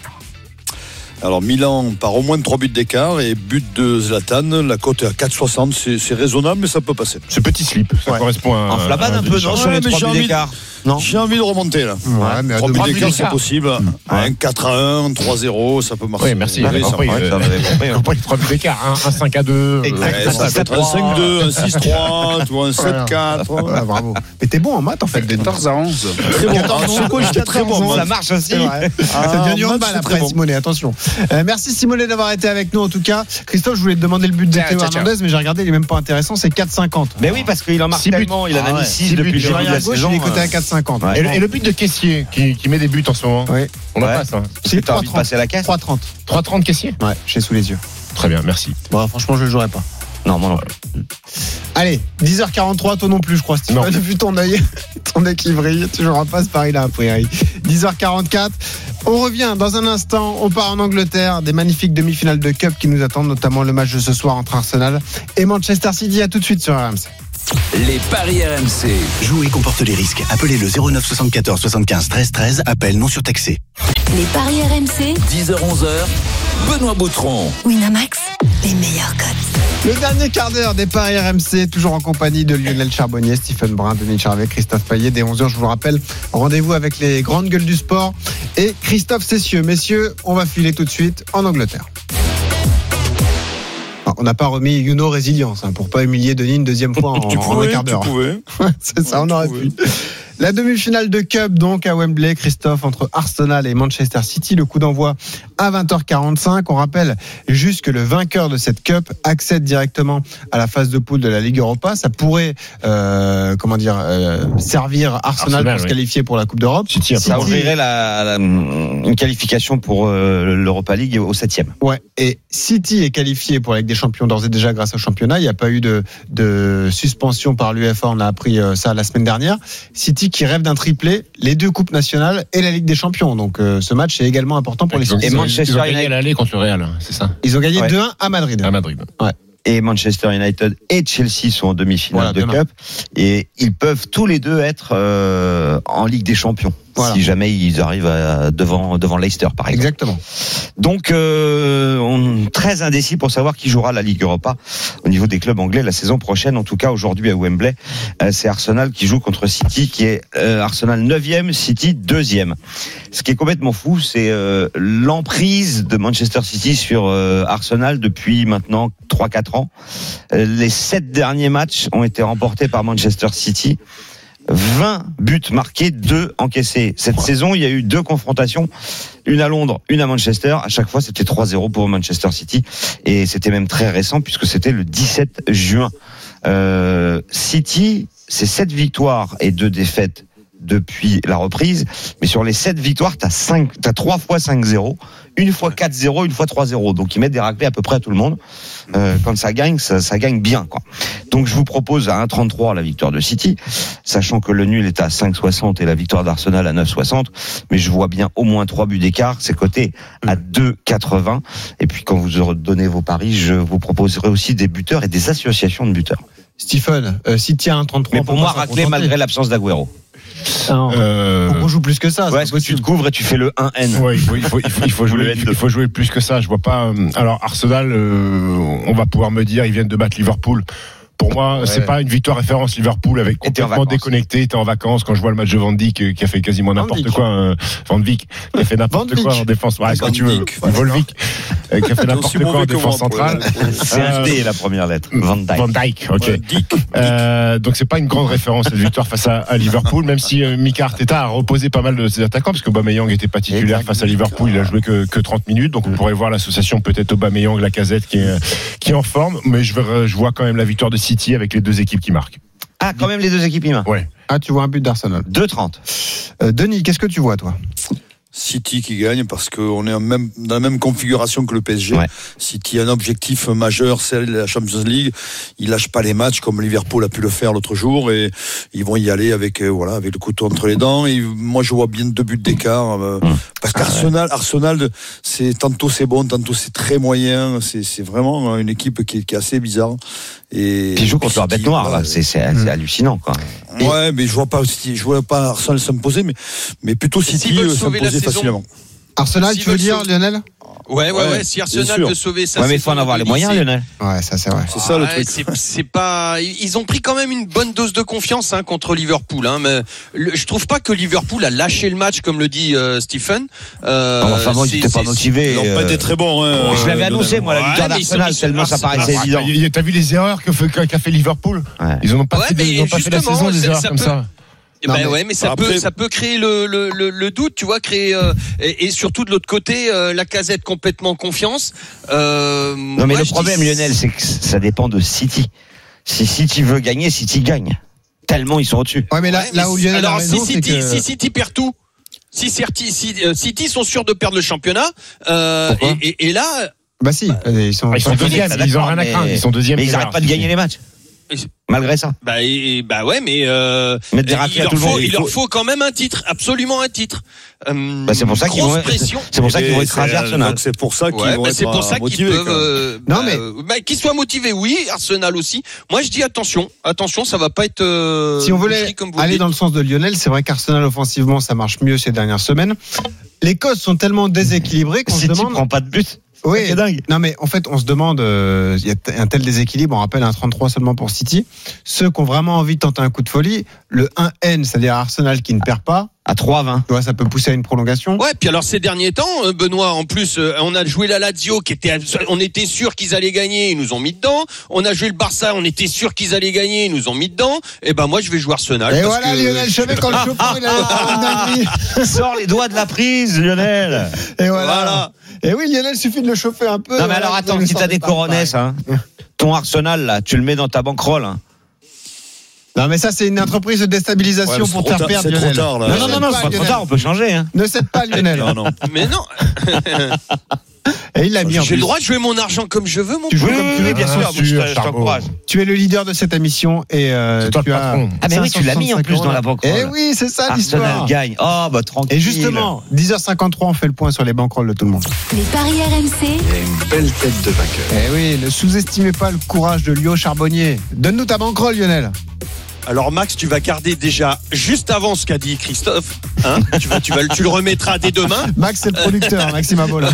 S6: Alors Milan par au moins 3 buts d'écart et but de Zlatan. La cote est à 4,60. C'est- C'est raisonnable, mais ça peut passer.
S7: Ce petit slip, ça
S3: Ouais.
S7: correspond à.
S5: En flabade
S7: à
S5: un peu,
S7: Deschamps.
S5: non Sur
S6: Ouais,
S5: les
S6: mais
S5: 3
S6: j'ai
S5: buts
S6: envie de-
S5: d'écart. Non
S6: J'ai envie de remonter là.
S3: Ouais, mais à
S6: 3
S3: deux
S6: buts
S5: Ah,
S7: buts
S6: d'écart, c'est
S7: d'écart.
S6: possible. Un 4 à 1, 3 0, ça peut marcher.
S7: Oui, merci.
S6: Ouais,
S7: J'avais
S6: ça
S7: compris,
S6: marche.
S5: ouais,
S7: euh,
S5: ça, j'avais compris, hein. ouais.
S7: j'avais compris les 3 buts d'écart. Un, un 5 à euh, 2.
S5: Exact.
S6: Ouais, ça peut être un 5-2, un 6-3, tu vois, un 7-4.
S3: Ah, bravo. Mais t'es bon en maths en fait, Denis.
S11: 14 à 11
S6: Très bon. Ah, sur quoi j'étais très bon. moi.
S5: Ça marche aussi.
S3: C'est vrai.
S6: Ah,
S3: ça devient du
S6: en maths,
S3: handball
S6: c'est
S3: après,
S6: très bon.
S3: Simonet, attention. Euh, merci Simonet d'avoir été avec nous en tout cas. Christophe, je voulais te demander le but de
S11: Ciao,
S3: Théo
S11: ciao, ciao.
S3: Hernandez, mais j'ai regardé, il est même pas intéressant, c'est 4,50.
S5: Mais oui, parce qu'il en marque
S7: Six buts.
S5: tellement, il en a
S7: Ah
S5: mis
S7: ouais.
S5: 6
S7: Six
S5: depuis
S7: buts.
S5: le
S3: Je
S5: début de
S3: regarde
S5: la
S3: à gauche,
S5: saison.
S3: il est coté
S5: euh,
S3: à 4,50.
S5: ouais.
S7: Et le, et le but de caissier qui, qui met des buts en ce moment.
S3: Ouais.
S7: On le
S5: Ouais.
S7: passe. Hein.
S5: Parce que t'as envie de
S3: 3,30.
S5: passer à la caisse
S3: 3,30.
S7: 3,30 caissier.
S3: Ouais, j'ai sous les yeux.
S7: Très bien, merci.
S3: Bon, franchement, je le jouerai pas.
S5: Non, moi non plus.
S3: Allez, 10h43, toi non plus, je crois. Steve.
S7: Non.
S3: Vu ton œil, ton œil qui brille, tu joueras pas ce pari-là, a priori. 10h44. On revient dans un instant. On part en Angleterre. Des magnifiques demi-finales de Cup qui nous attendent, notamment le match de ce soir entre Arsenal et Manchester City. À tout de suite sur RMC.
S1: Les paris RMC.
S10: Jouer comporte les risques. Appelez le 09 74 75 13 13. Appel non surtaxé.
S2: Les paris RMC.
S1: 10h-11h. Benoît Boutron.
S2: Winamax. Les meilleurs cotes.
S3: Le dernier quart d'heure des Paris RMC, toujours en compagnie de Lionel Charbonnier, Stephen Brun, Denis Charvet, Christophe Payet. Dès 11h, je vous le rappelle, rendez-vous avec les grandes gueules du sport et Christophe Cessieux. Messieurs, on va filer tout de suite en Angleterre. Ah, On n'a pas remis Youno Résilience hein, pour pas humilier Denis une deuxième fois en,
S6: Tu
S3: en un
S6: pouvais,
S3: quart
S6: tu
S3: d'heure.
S6: pouvais.
S3: C'est ça, on aurait pu. La demi-finale de Cup, donc, à Wembley, Christophe, entre Arsenal et Manchester City. Le coup d'envoi à 20h45. On rappelle juste que le vainqueur de cette Cup accède directement à la phase de poule de la Ligue Europa. Ça pourrait, euh, comment dire, euh, servir Arsenal,
S5: Arsenal,
S3: pour se
S5: oui.
S3: qualifier pour la Coupe d'Europe.
S5: Ça ouvrirait la, la- une qualification pour euh, l'Europa League au 7
S3: Ouais, et City est qualifié pour la Ligue des Champions d'ores et déjà grâce au championnat. Il n'y a pas eu de, de suspension par l'UEFA. On a appris euh, ça la semaine dernière. City qui rêve d'un triplé, les deux coupes nationales et la Ligue des Champions. Donc euh, ce match est également important pour les
S7: Ils ont,
S3: City.
S7: ils ont- ils ont gagné à l'aller contre le Real, hein, c'est ça
S3: Ils ont gagné
S5: Ouais.
S3: 2-1 à Madrid.
S7: À Madrid.
S5: Et Manchester United et Chelsea sont en
S3: Voilà,
S5: demi-finale de
S3: demain.
S5: Cup. Et ils peuvent tous les deux être euh, en Ligue des Champions.
S3: Voilà.
S5: Si jamais ils arrivent à- devant, devant Leicester, par exemple.
S3: Exactement.
S5: Donc, euh, on très indécis pour savoir qui jouera la Ligue Europa au niveau des clubs anglais la saison prochaine. En tout cas, aujourd'hui à Wembley, euh, c'est Arsenal qui joue contre City, qui est euh, Arsenal 9e, City 2e. Ce qui est complètement fou, c'est euh, l'emprise de Manchester City sur euh, Arsenal depuis maintenant 3-4 ans. Euh, les sept derniers matchs ont été remportés par Manchester City. 20 buts marqués, 2 encaissés. Cette saison, il y a eu deux confrontations, une à Londres, une à Manchester. À chaque fois, c'était 3-0 pour Manchester City. Et c'était même très récent puisque c'était le 17 juin. Euh, City, c'est 7 victoires et 2 défaites depuis la reprise. Mais sur les 7 victoires, t'as cinq- t'as 3 fois 5-0, une fois 4-0, une fois 3-0. Donc ils mettent des raclés à peu près à tout le monde. Euh, quand ça gagne, ça, ça gagne bien. Quoi. Donc je vous propose à 1,33 la victoire de City, sachant que le nul est à 5,60 et la victoire d'Arsenal à 9,60. Mais je vois bien au moins 3 buts d'écart, c'est coté à 2,80. Et puis quand vous aurez donné vos paris, je vous proposerai aussi des buteurs et des associations de buteurs.
S3: Stephen, euh, City a un 33
S5: Mais pour moi, raclé malgré l'absence d'Aguero.
S3: Non,
S7: Euh,
S3: on joue plus que ça. Ah, c'est
S5: Ouais,
S3: pas
S5: est-ce que tu
S3: possible.
S5: te couvres et tu fais le 1N
S7: Ouais, il faut, il faut- il faut- il faut
S5: Le
S7: jouer,
S5: N2.
S7: il faut jouer plus que ça. Je vois pas. euh, Alors Arsenal, euh, on va pouvoir me dire, ils viennent de battre Liverpool. Pour moi, c'est pas une victoire référence Liverpool avec
S5: Était en
S7: complètement
S5: vacances.
S7: déconnecté, était en vacances. Quand je vois le match de Van Dijk euh, qui a fait quasiment
S3: Van
S7: n'importe
S3: Dijk.
S7: quoi, euh, Van Dijk qui a fait n'importe
S3: Van
S7: quoi
S3: Dijk.
S7: en défense, ouais, quand
S6: Van
S7: tu veux,
S6: Dijk, voilà.
S7: Volvic euh, qui a fait n'importe
S6: aussi
S7: quoi en
S6: mauvais que
S7: défense
S6: moi pour
S7: centrale.
S5: C'est un D la première lettre. Van Dijk.
S7: mm. Van Dijk, ok.
S6: Ouais, Dick.
S7: Euh, donc c'est pas une grande référence cette victoire face à, à Liverpool, même si euh, Mika Arteta a reposé pas mal de ses attaquants, parce que Aubameyang était pas titulaire
S5: Exact.
S7: face à Liverpool, il a joué que, que 30 minutes, donc on pourrait voir l'association peut-être Aubameyang la Casette qui est euh, qui est en forme, mais je, veux- je vois quand même la victoire de City avec les deux équipes qui marquent.
S5: Ah, quand même les deux équipes, il marquent.
S3: Ah, tu vois un but d'Arsenal.
S5: 2,30.
S3: Euh, Denis, qu'est-ce que tu vois, toi
S6: City qui gagne parce qu'on est en même, dans la même configuration que le PSG.
S5: Ouais.
S6: City a un objectif majeur, c'est la Champions League. Ils lâchent pas les matchs comme Liverpool a pu le faire l'autre jour et ils vont y aller avec euh, voilà avec le couteau entre les dents. Et moi je vois bien deux buts d'écart
S5: Mmh.
S6: euh,
S5: Ah
S6: parce qu'Arsenal, Arsenal, c'est tantôt c'est bon, tantôt c'est très moyen. C'est c'est vraiment euh, une équipe qui est, qui est assez bizarre. Et
S5: Puis ils jouent contre leur
S6: City,
S5: bête noire,
S6: voilà,
S5: là. C'est c'est- c'est hallucinant, quoi.
S6: Ouais, mais je vois pas City- je vois pas Arsenal s'imposer, mais mais plutôt
S4: S'ils
S6: City
S4: veulent
S6: euh,
S4: sauver la
S6: s'imposer
S4: saison,
S6: facilement.
S3: Arsenal,
S4: S'ils
S3: tu veux
S4: veulent
S3: dire,
S4: sauver-
S3: Lionel
S4: Ouais, ouais,
S6: Ouais,
S4: ouais.
S6: bien
S4: Si Arsenal
S6: sûr.
S4: veut sauver ça,
S5: Ouais, mais il faut en avoir les moyens, Lionel.
S3: Ouais, ça c'est vrai.
S6: C'est ça le truc.
S4: C'est pas. Ils ont pris quand même une bonne dose de confiance hein, contre Liverpool. Hein, mais le- je trouve pas que Liverpool a lâché le match comme le dit euh, Stephen. Euh,
S5: Enfin, moi,
S4: c'est-
S5: j'étais pas
S4: c'est-
S5: motivé.
S6: Ils n'ont pas
S5: euh,
S6: été très bons. hein,
S5: Je
S6: euh,
S5: l'avais
S6: Lionel.
S5: annoncé, moi, la
S4: Ouais,
S5: victoire
S4: mais ils
S5: d'Arsenal,
S4: sont-
S5: tellement ça
S4: Arsenal-
S5: paraissait
S7: Ah,
S5: évident.
S7: y- y- T'as vu les erreurs que fait- qu'a qu'a fait Liverpool
S5: Ouais.
S7: Ils n'ont pas,
S4: Ouais,
S7: fait, de-
S4: mais
S7: ils ont pas fait la
S4: justement,
S7: saison des
S4: ça-
S7: erreurs
S4: ça
S7: comme
S4: peut-
S7: ça.
S4: Eh
S3: Non,
S4: ben
S3: mais
S4: ouais, mais ça
S6: après-
S4: peut, ça peut créer le, le, le, le doute, tu vois, créer euh, et, et surtout de l'autre côté, euh, la casette complètement confiance. Euh,
S5: Non, mais
S4: moi,
S5: le
S4: je
S5: problème,
S4: dis-
S5: Lionel, c'est que ça dépend de City. Si City veut gagner, City gagne. Tellement ils sont au-dessus.
S3: Ouais, mais là,
S4: Ouais, mais
S3: là où
S4: si-
S3: Lionel a
S4: alors,
S3: raison,
S4: si
S3: c'est
S4: City,
S3: que...
S4: si City perd tout, si City, si, euh, City sont sûrs de perdre le championnat, euh,
S5: Pourquoi
S4: et, et- et là,
S3: Bah si, ils sont...
S7: Ah, Ils sont deuxièmes, ils ont rien à craindre, ils sont deuxièmes.
S5: Mais ils
S7: c'est
S5: n'arrêtent
S7: rare,
S5: pas de
S7: City.
S5: gagner les matchs.
S4: Et-
S5: Malgré ça.
S4: bah, et- et- bah ouais, mais euh,
S5: Mettre des
S4: il,
S5: raclés à
S4: leur
S5: tout le
S4: faut,
S5: monde.
S4: il
S5: Il
S4: leur
S5: faut-
S4: faut quand même un titre, absolument un titre. Euh,
S5: Bah, c'est pour ça qu'ils
S4: grosse
S5: vont-
S4: pression.
S5: C'est euh, pour ça qu'ils vont
S6: Et
S5: écraser
S6: c'est-
S5: Arsenal.
S6: donc C'est pour ça qu'ils
S4: Ouais,
S6: vont
S4: bah,
S6: être
S4: c'est pour
S6: euh,
S4: ça qu'ils
S6: motivés,
S4: peuvent.
S6: quand même.
S4: euh,
S3: Non,
S4: bah,
S3: mais-
S4: euh, bah, qu'ils soient motivés, oui. Arsenal aussi. Moi, je dis attention, attention, ça va pas être. euh,
S3: Si on
S4: boucherie
S3: voulait
S4: comme vous
S3: aller
S4: dites.
S3: dans le sens de Lionel, c'est vrai qu'Arsenal offensivement ça marche mieux ces dernières semaines. Les Cosses sont tellement déséquilibrés qu'on se
S5: City
S3: demande
S5: prend pas de but.
S3: Oui, non mais en fait on se demande, euh, il y a t- un tel déséquilibre, on rappelle un 33 seulement pour City. Ceux qui ont vraiment envie de tenter un coup de folie, le 1N, c'est-à-dire Arsenal qui ne perd pas,
S5: à 3-20.
S3: tu vois, ça peut pousser à une prolongation.
S4: Ouais, puis alors ces derniers temps, euh, Benoît, en plus, euh, on a joué la Lazio, qui était, abs- on était sûr qu'ils allaient gagner, ils nous ont mis dedans. On a joué le Barça, on était sûr qu'ils allaient gagner, ils nous ont mis dedans. Et ben moi, je vais jouer Arsenal.
S3: Et
S4: parce
S3: voilà
S4: que-
S3: Lionel Chevet quand le Chopin, il a une dinguerie.
S5: Sors les doigts de la prise, Lionel.
S3: Et voilà.
S4: Voilà.
S3: Et oui, Lionel, suffit de le chauffer un peu.
S5: Non, mais
S3: Voilà,
S5: alors
S3: vous
S5: attends,
S3: allez
S5: si t'as
S3: sortir
S5: des
S3: par-
S5: coronets, hein, ton Arsenal, là, tu le mets dans ta banquerolle. Hein.
S3: Non, mais ça, c'est une entreprise de
S6: Ouais,
S3: déstabilisation
S6: mais c'est
S3: pour
S6: trop
S3: faire
S6: tard,
S3: perdre
S6: c'est trop
S3: Lionel.
S6: tard, là.
S3: Ne
S6: Non,
S5: Non, non,
S3: cède
S5: non, non,
S3: pas,
S5: c'est pas trop
S3: Lionel.
S5: tard, on peut changer. Hein.
S3: Ne cède pas Lionel.
S6: Non, non.
S4: Mais non,
S3: Et
S6: Eh
S3: il l'a mis en
S4: j'ai
S3: plus.
S4: le droit de jouer mon argent comme je veux, mon
S3: Tu joues
S5: Oui,
S3: comme tu
S5: oui,
S3: veux.
S5: bien
S7: Bien
S5: sûr, moi, je
S7: sûr,
S5: te- je
S7: Charbon.
S5: t'encourage.
S3: Tu es le leader de cette émission et euh,
S7: C'est toi
S3: tu
S7: le
S3: as
S7: patron.
S5: Ah, mais oui, tu l'as mis en plus dans la banquerolle.
S3: Eh oui, c'est ça
S5: Arsenal
S3: l'histoire.
S5: gagne. Oh, bah tranquille.
S3: Et justement, 10h53, on fait le point sur les banquerolles de tout le monde.
S2: Les paris RMC,
S12: Et une belle tête de vainqueur.
S3: Eh oui, ne sous-estimez pas le courage de Lio Charbonnier. Donne-nous ta banquerolle, Lionel.
S4: Alors Max, tu vas garder déjà juste avant ce qu'a dit Christophe. Hein tu, vas, tu, vas, le- tu le remettras dès demain.
S3: Max, c'est le producteur, Maxime Abola.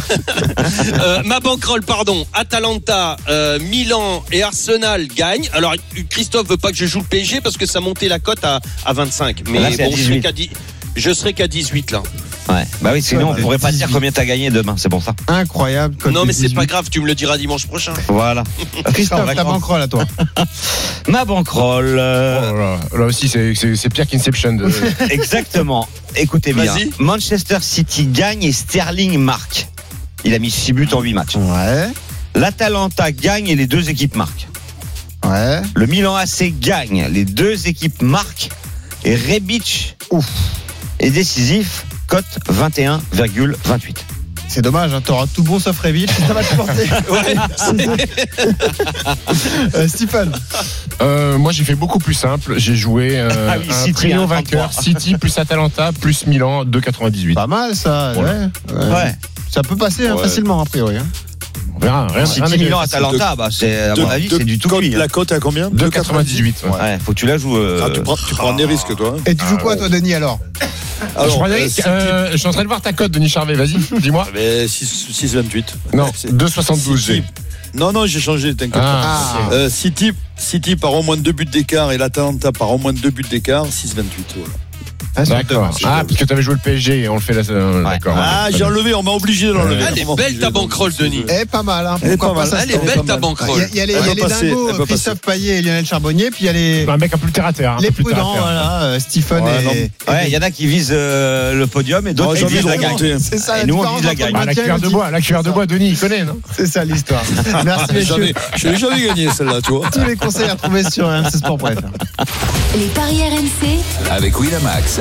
S4: Euh, ma banquerolle, pardon. Atalanta, euh, Milan et Arsenal gagnent. Alors Christophe veut pas que je joue le PSG parce que ça montait la cote à, à 25. Mais
S5: Ah, Là, c'est à
S4: bon, je serai
S5: 18.
S4: qu'à dix- je serai qu'à 18 là.
S5: Ouais. Bah oui, sinon, on
S3: Ouais,
S5: pourrait pas
S3: 18.
S5: dire combien t'as gagné demain, c'est pour ça.
S3: Incroyable. cote
S4: non
S3: de
S4: mais c'est
S3: 18.
S4: pas grave, tu me le diras dimanche prochain.
S5: Voilà. Bah, On
S3: Christophe,
S5: va
S3: ta
S5: grand-
S3: banquerolle à toi.
S5: Ma banquerolle. euh,
S7: Oh là, là aussi, c'est- c'est c'est pire qu'Inception. de-
S5: Exactement. Écoutez bien.
S4: Vas-y.
S5: Manchester City gagne et Sterling marque. Il a mis 6 buts en 8 matchs.
S3: Ouais,
S5: L'Atalanta gagne et les deux équipes marquent.
S3: ouais.
S5: Le Milan AC gagne, les deux équipes marquent. Et Rebic ouf, est décisif, cote 21,28.
S3: C'est dommage, hein, t'auras tout bon sauf Réville, ça va te porter.
S4: Ouais, c'est-
S3: Euh, Stephen,
S7: Euh, moi, j'ai fait beaucoup plus simple. J'ai joué euh,
S5: Ah oui,
S7: un
S5: City,
S7: trio
S5: hein,
S7: vainqueur
S5: 33.
S7: City plus Atalanta plus Milan 2,98.
S5: Ah.
S3: pas mal ça.
S7: Voilà.
S3: ouais, ouais. Ça peut passer hein,
S6: Ouais.
S3: facilement, a priori. hein.
S7: On verra, rien, rien
S5: City
S7: n'est
S5: Milan
S7: gagné.
S5: Atalanta, bah c'est à mon avis c'est du tout
S6: cote-
S5: cuit, hein.
S6: La cote est à combien
S7: 2,98. ouais.
S5: Ouais, faut que tu la joues. euh,
S6: Ah, tu, prends, tu prends des risques, toi. hein.
S3: Et tu joues quoi,
S7: Ah,
S3: toi, Denis, alors
S7: je,
S6: Alors,
S7: crois,
S6: euh,
S7: Eric, euh, je suis en train de voir ta cote, Denis Charvet, vas-y, dis-moi.
S6: mais 6 6,28.
S7: Non,
S6: C'est- City.
S7: 2,72 j'ai.
S6: Non, non, j'ai changé, t'inquiète pas.
S7: Ah,
S3: Ah.
S6: Euh, City, City par au moins deux buts d'écart et l'Atalanta par au moins deux buts d'écart, 6,28. voilà.
S3: Ah, c'est-
S7: d'accord.
S6: c'est-
S7: Ah, parce que t'avais joué le PSG et on le fait là. euh,
S5: Ouais.
S7: D'accord.
S6: Ah, j'ai enlevé, on m'a obligé de l'enlever.
S4: Elle est belle ta banquerolle, Denis.
S3: Eh, pas mal, hein.
S6: Elle est
S3: Pourquoi
S6: pas mal,
S3: ça,
S4: Elle
S3: c'est
S4: est
S3: pas
S4: belle
S3: mal.
S4: ta
S3: Il y a,
S4: banquerolle.
S3: il y a les,
S6: Elle
S3: il y a
S6: peut
S3: les
S6: passer,
S3: dingos,
S6: elle peut
S3: Christophe Payet et Lionel Charbonnier, puis il y a les,
S7: Un mec un peu plus terre à terre. hein,
S3: les
S7: un peu plus terre à
S3: prudents,
S7: terre.
S3: voilà, euh, Stephen
S6: Ouais,
S3: et-
S6: non.
S3: et.
S5: Ouais, il y en a qui visent euh, le podium et
S6: Oh,
S5: d'autres
S6: j'ai
S5: qui
S6: envie
S5: visent
S6: de
S5: la
S6: remonter.
S5: gagne.
S3: C'est ça,
S5: Et
S3: la
S5: nous, on
S3: différence
S5: vise la
S3: entre
S5: gagne.
S3: le
S7: Ah, la
S3: maintien et
S7: cuillère
S3: le
S7: de
S3: titre.
S7: bois, la cuillère de bois, Denis, il connaît, non
S3: C'est ça l'histoire. Merci, messieurs.
S6: Jamais- Je l'ai jamais gagné celle-là, tu vois.
S3: Tous les conseils à trouver sur rmcsport.fr.
S2: les paris RMC,
S1: Avec Winamax.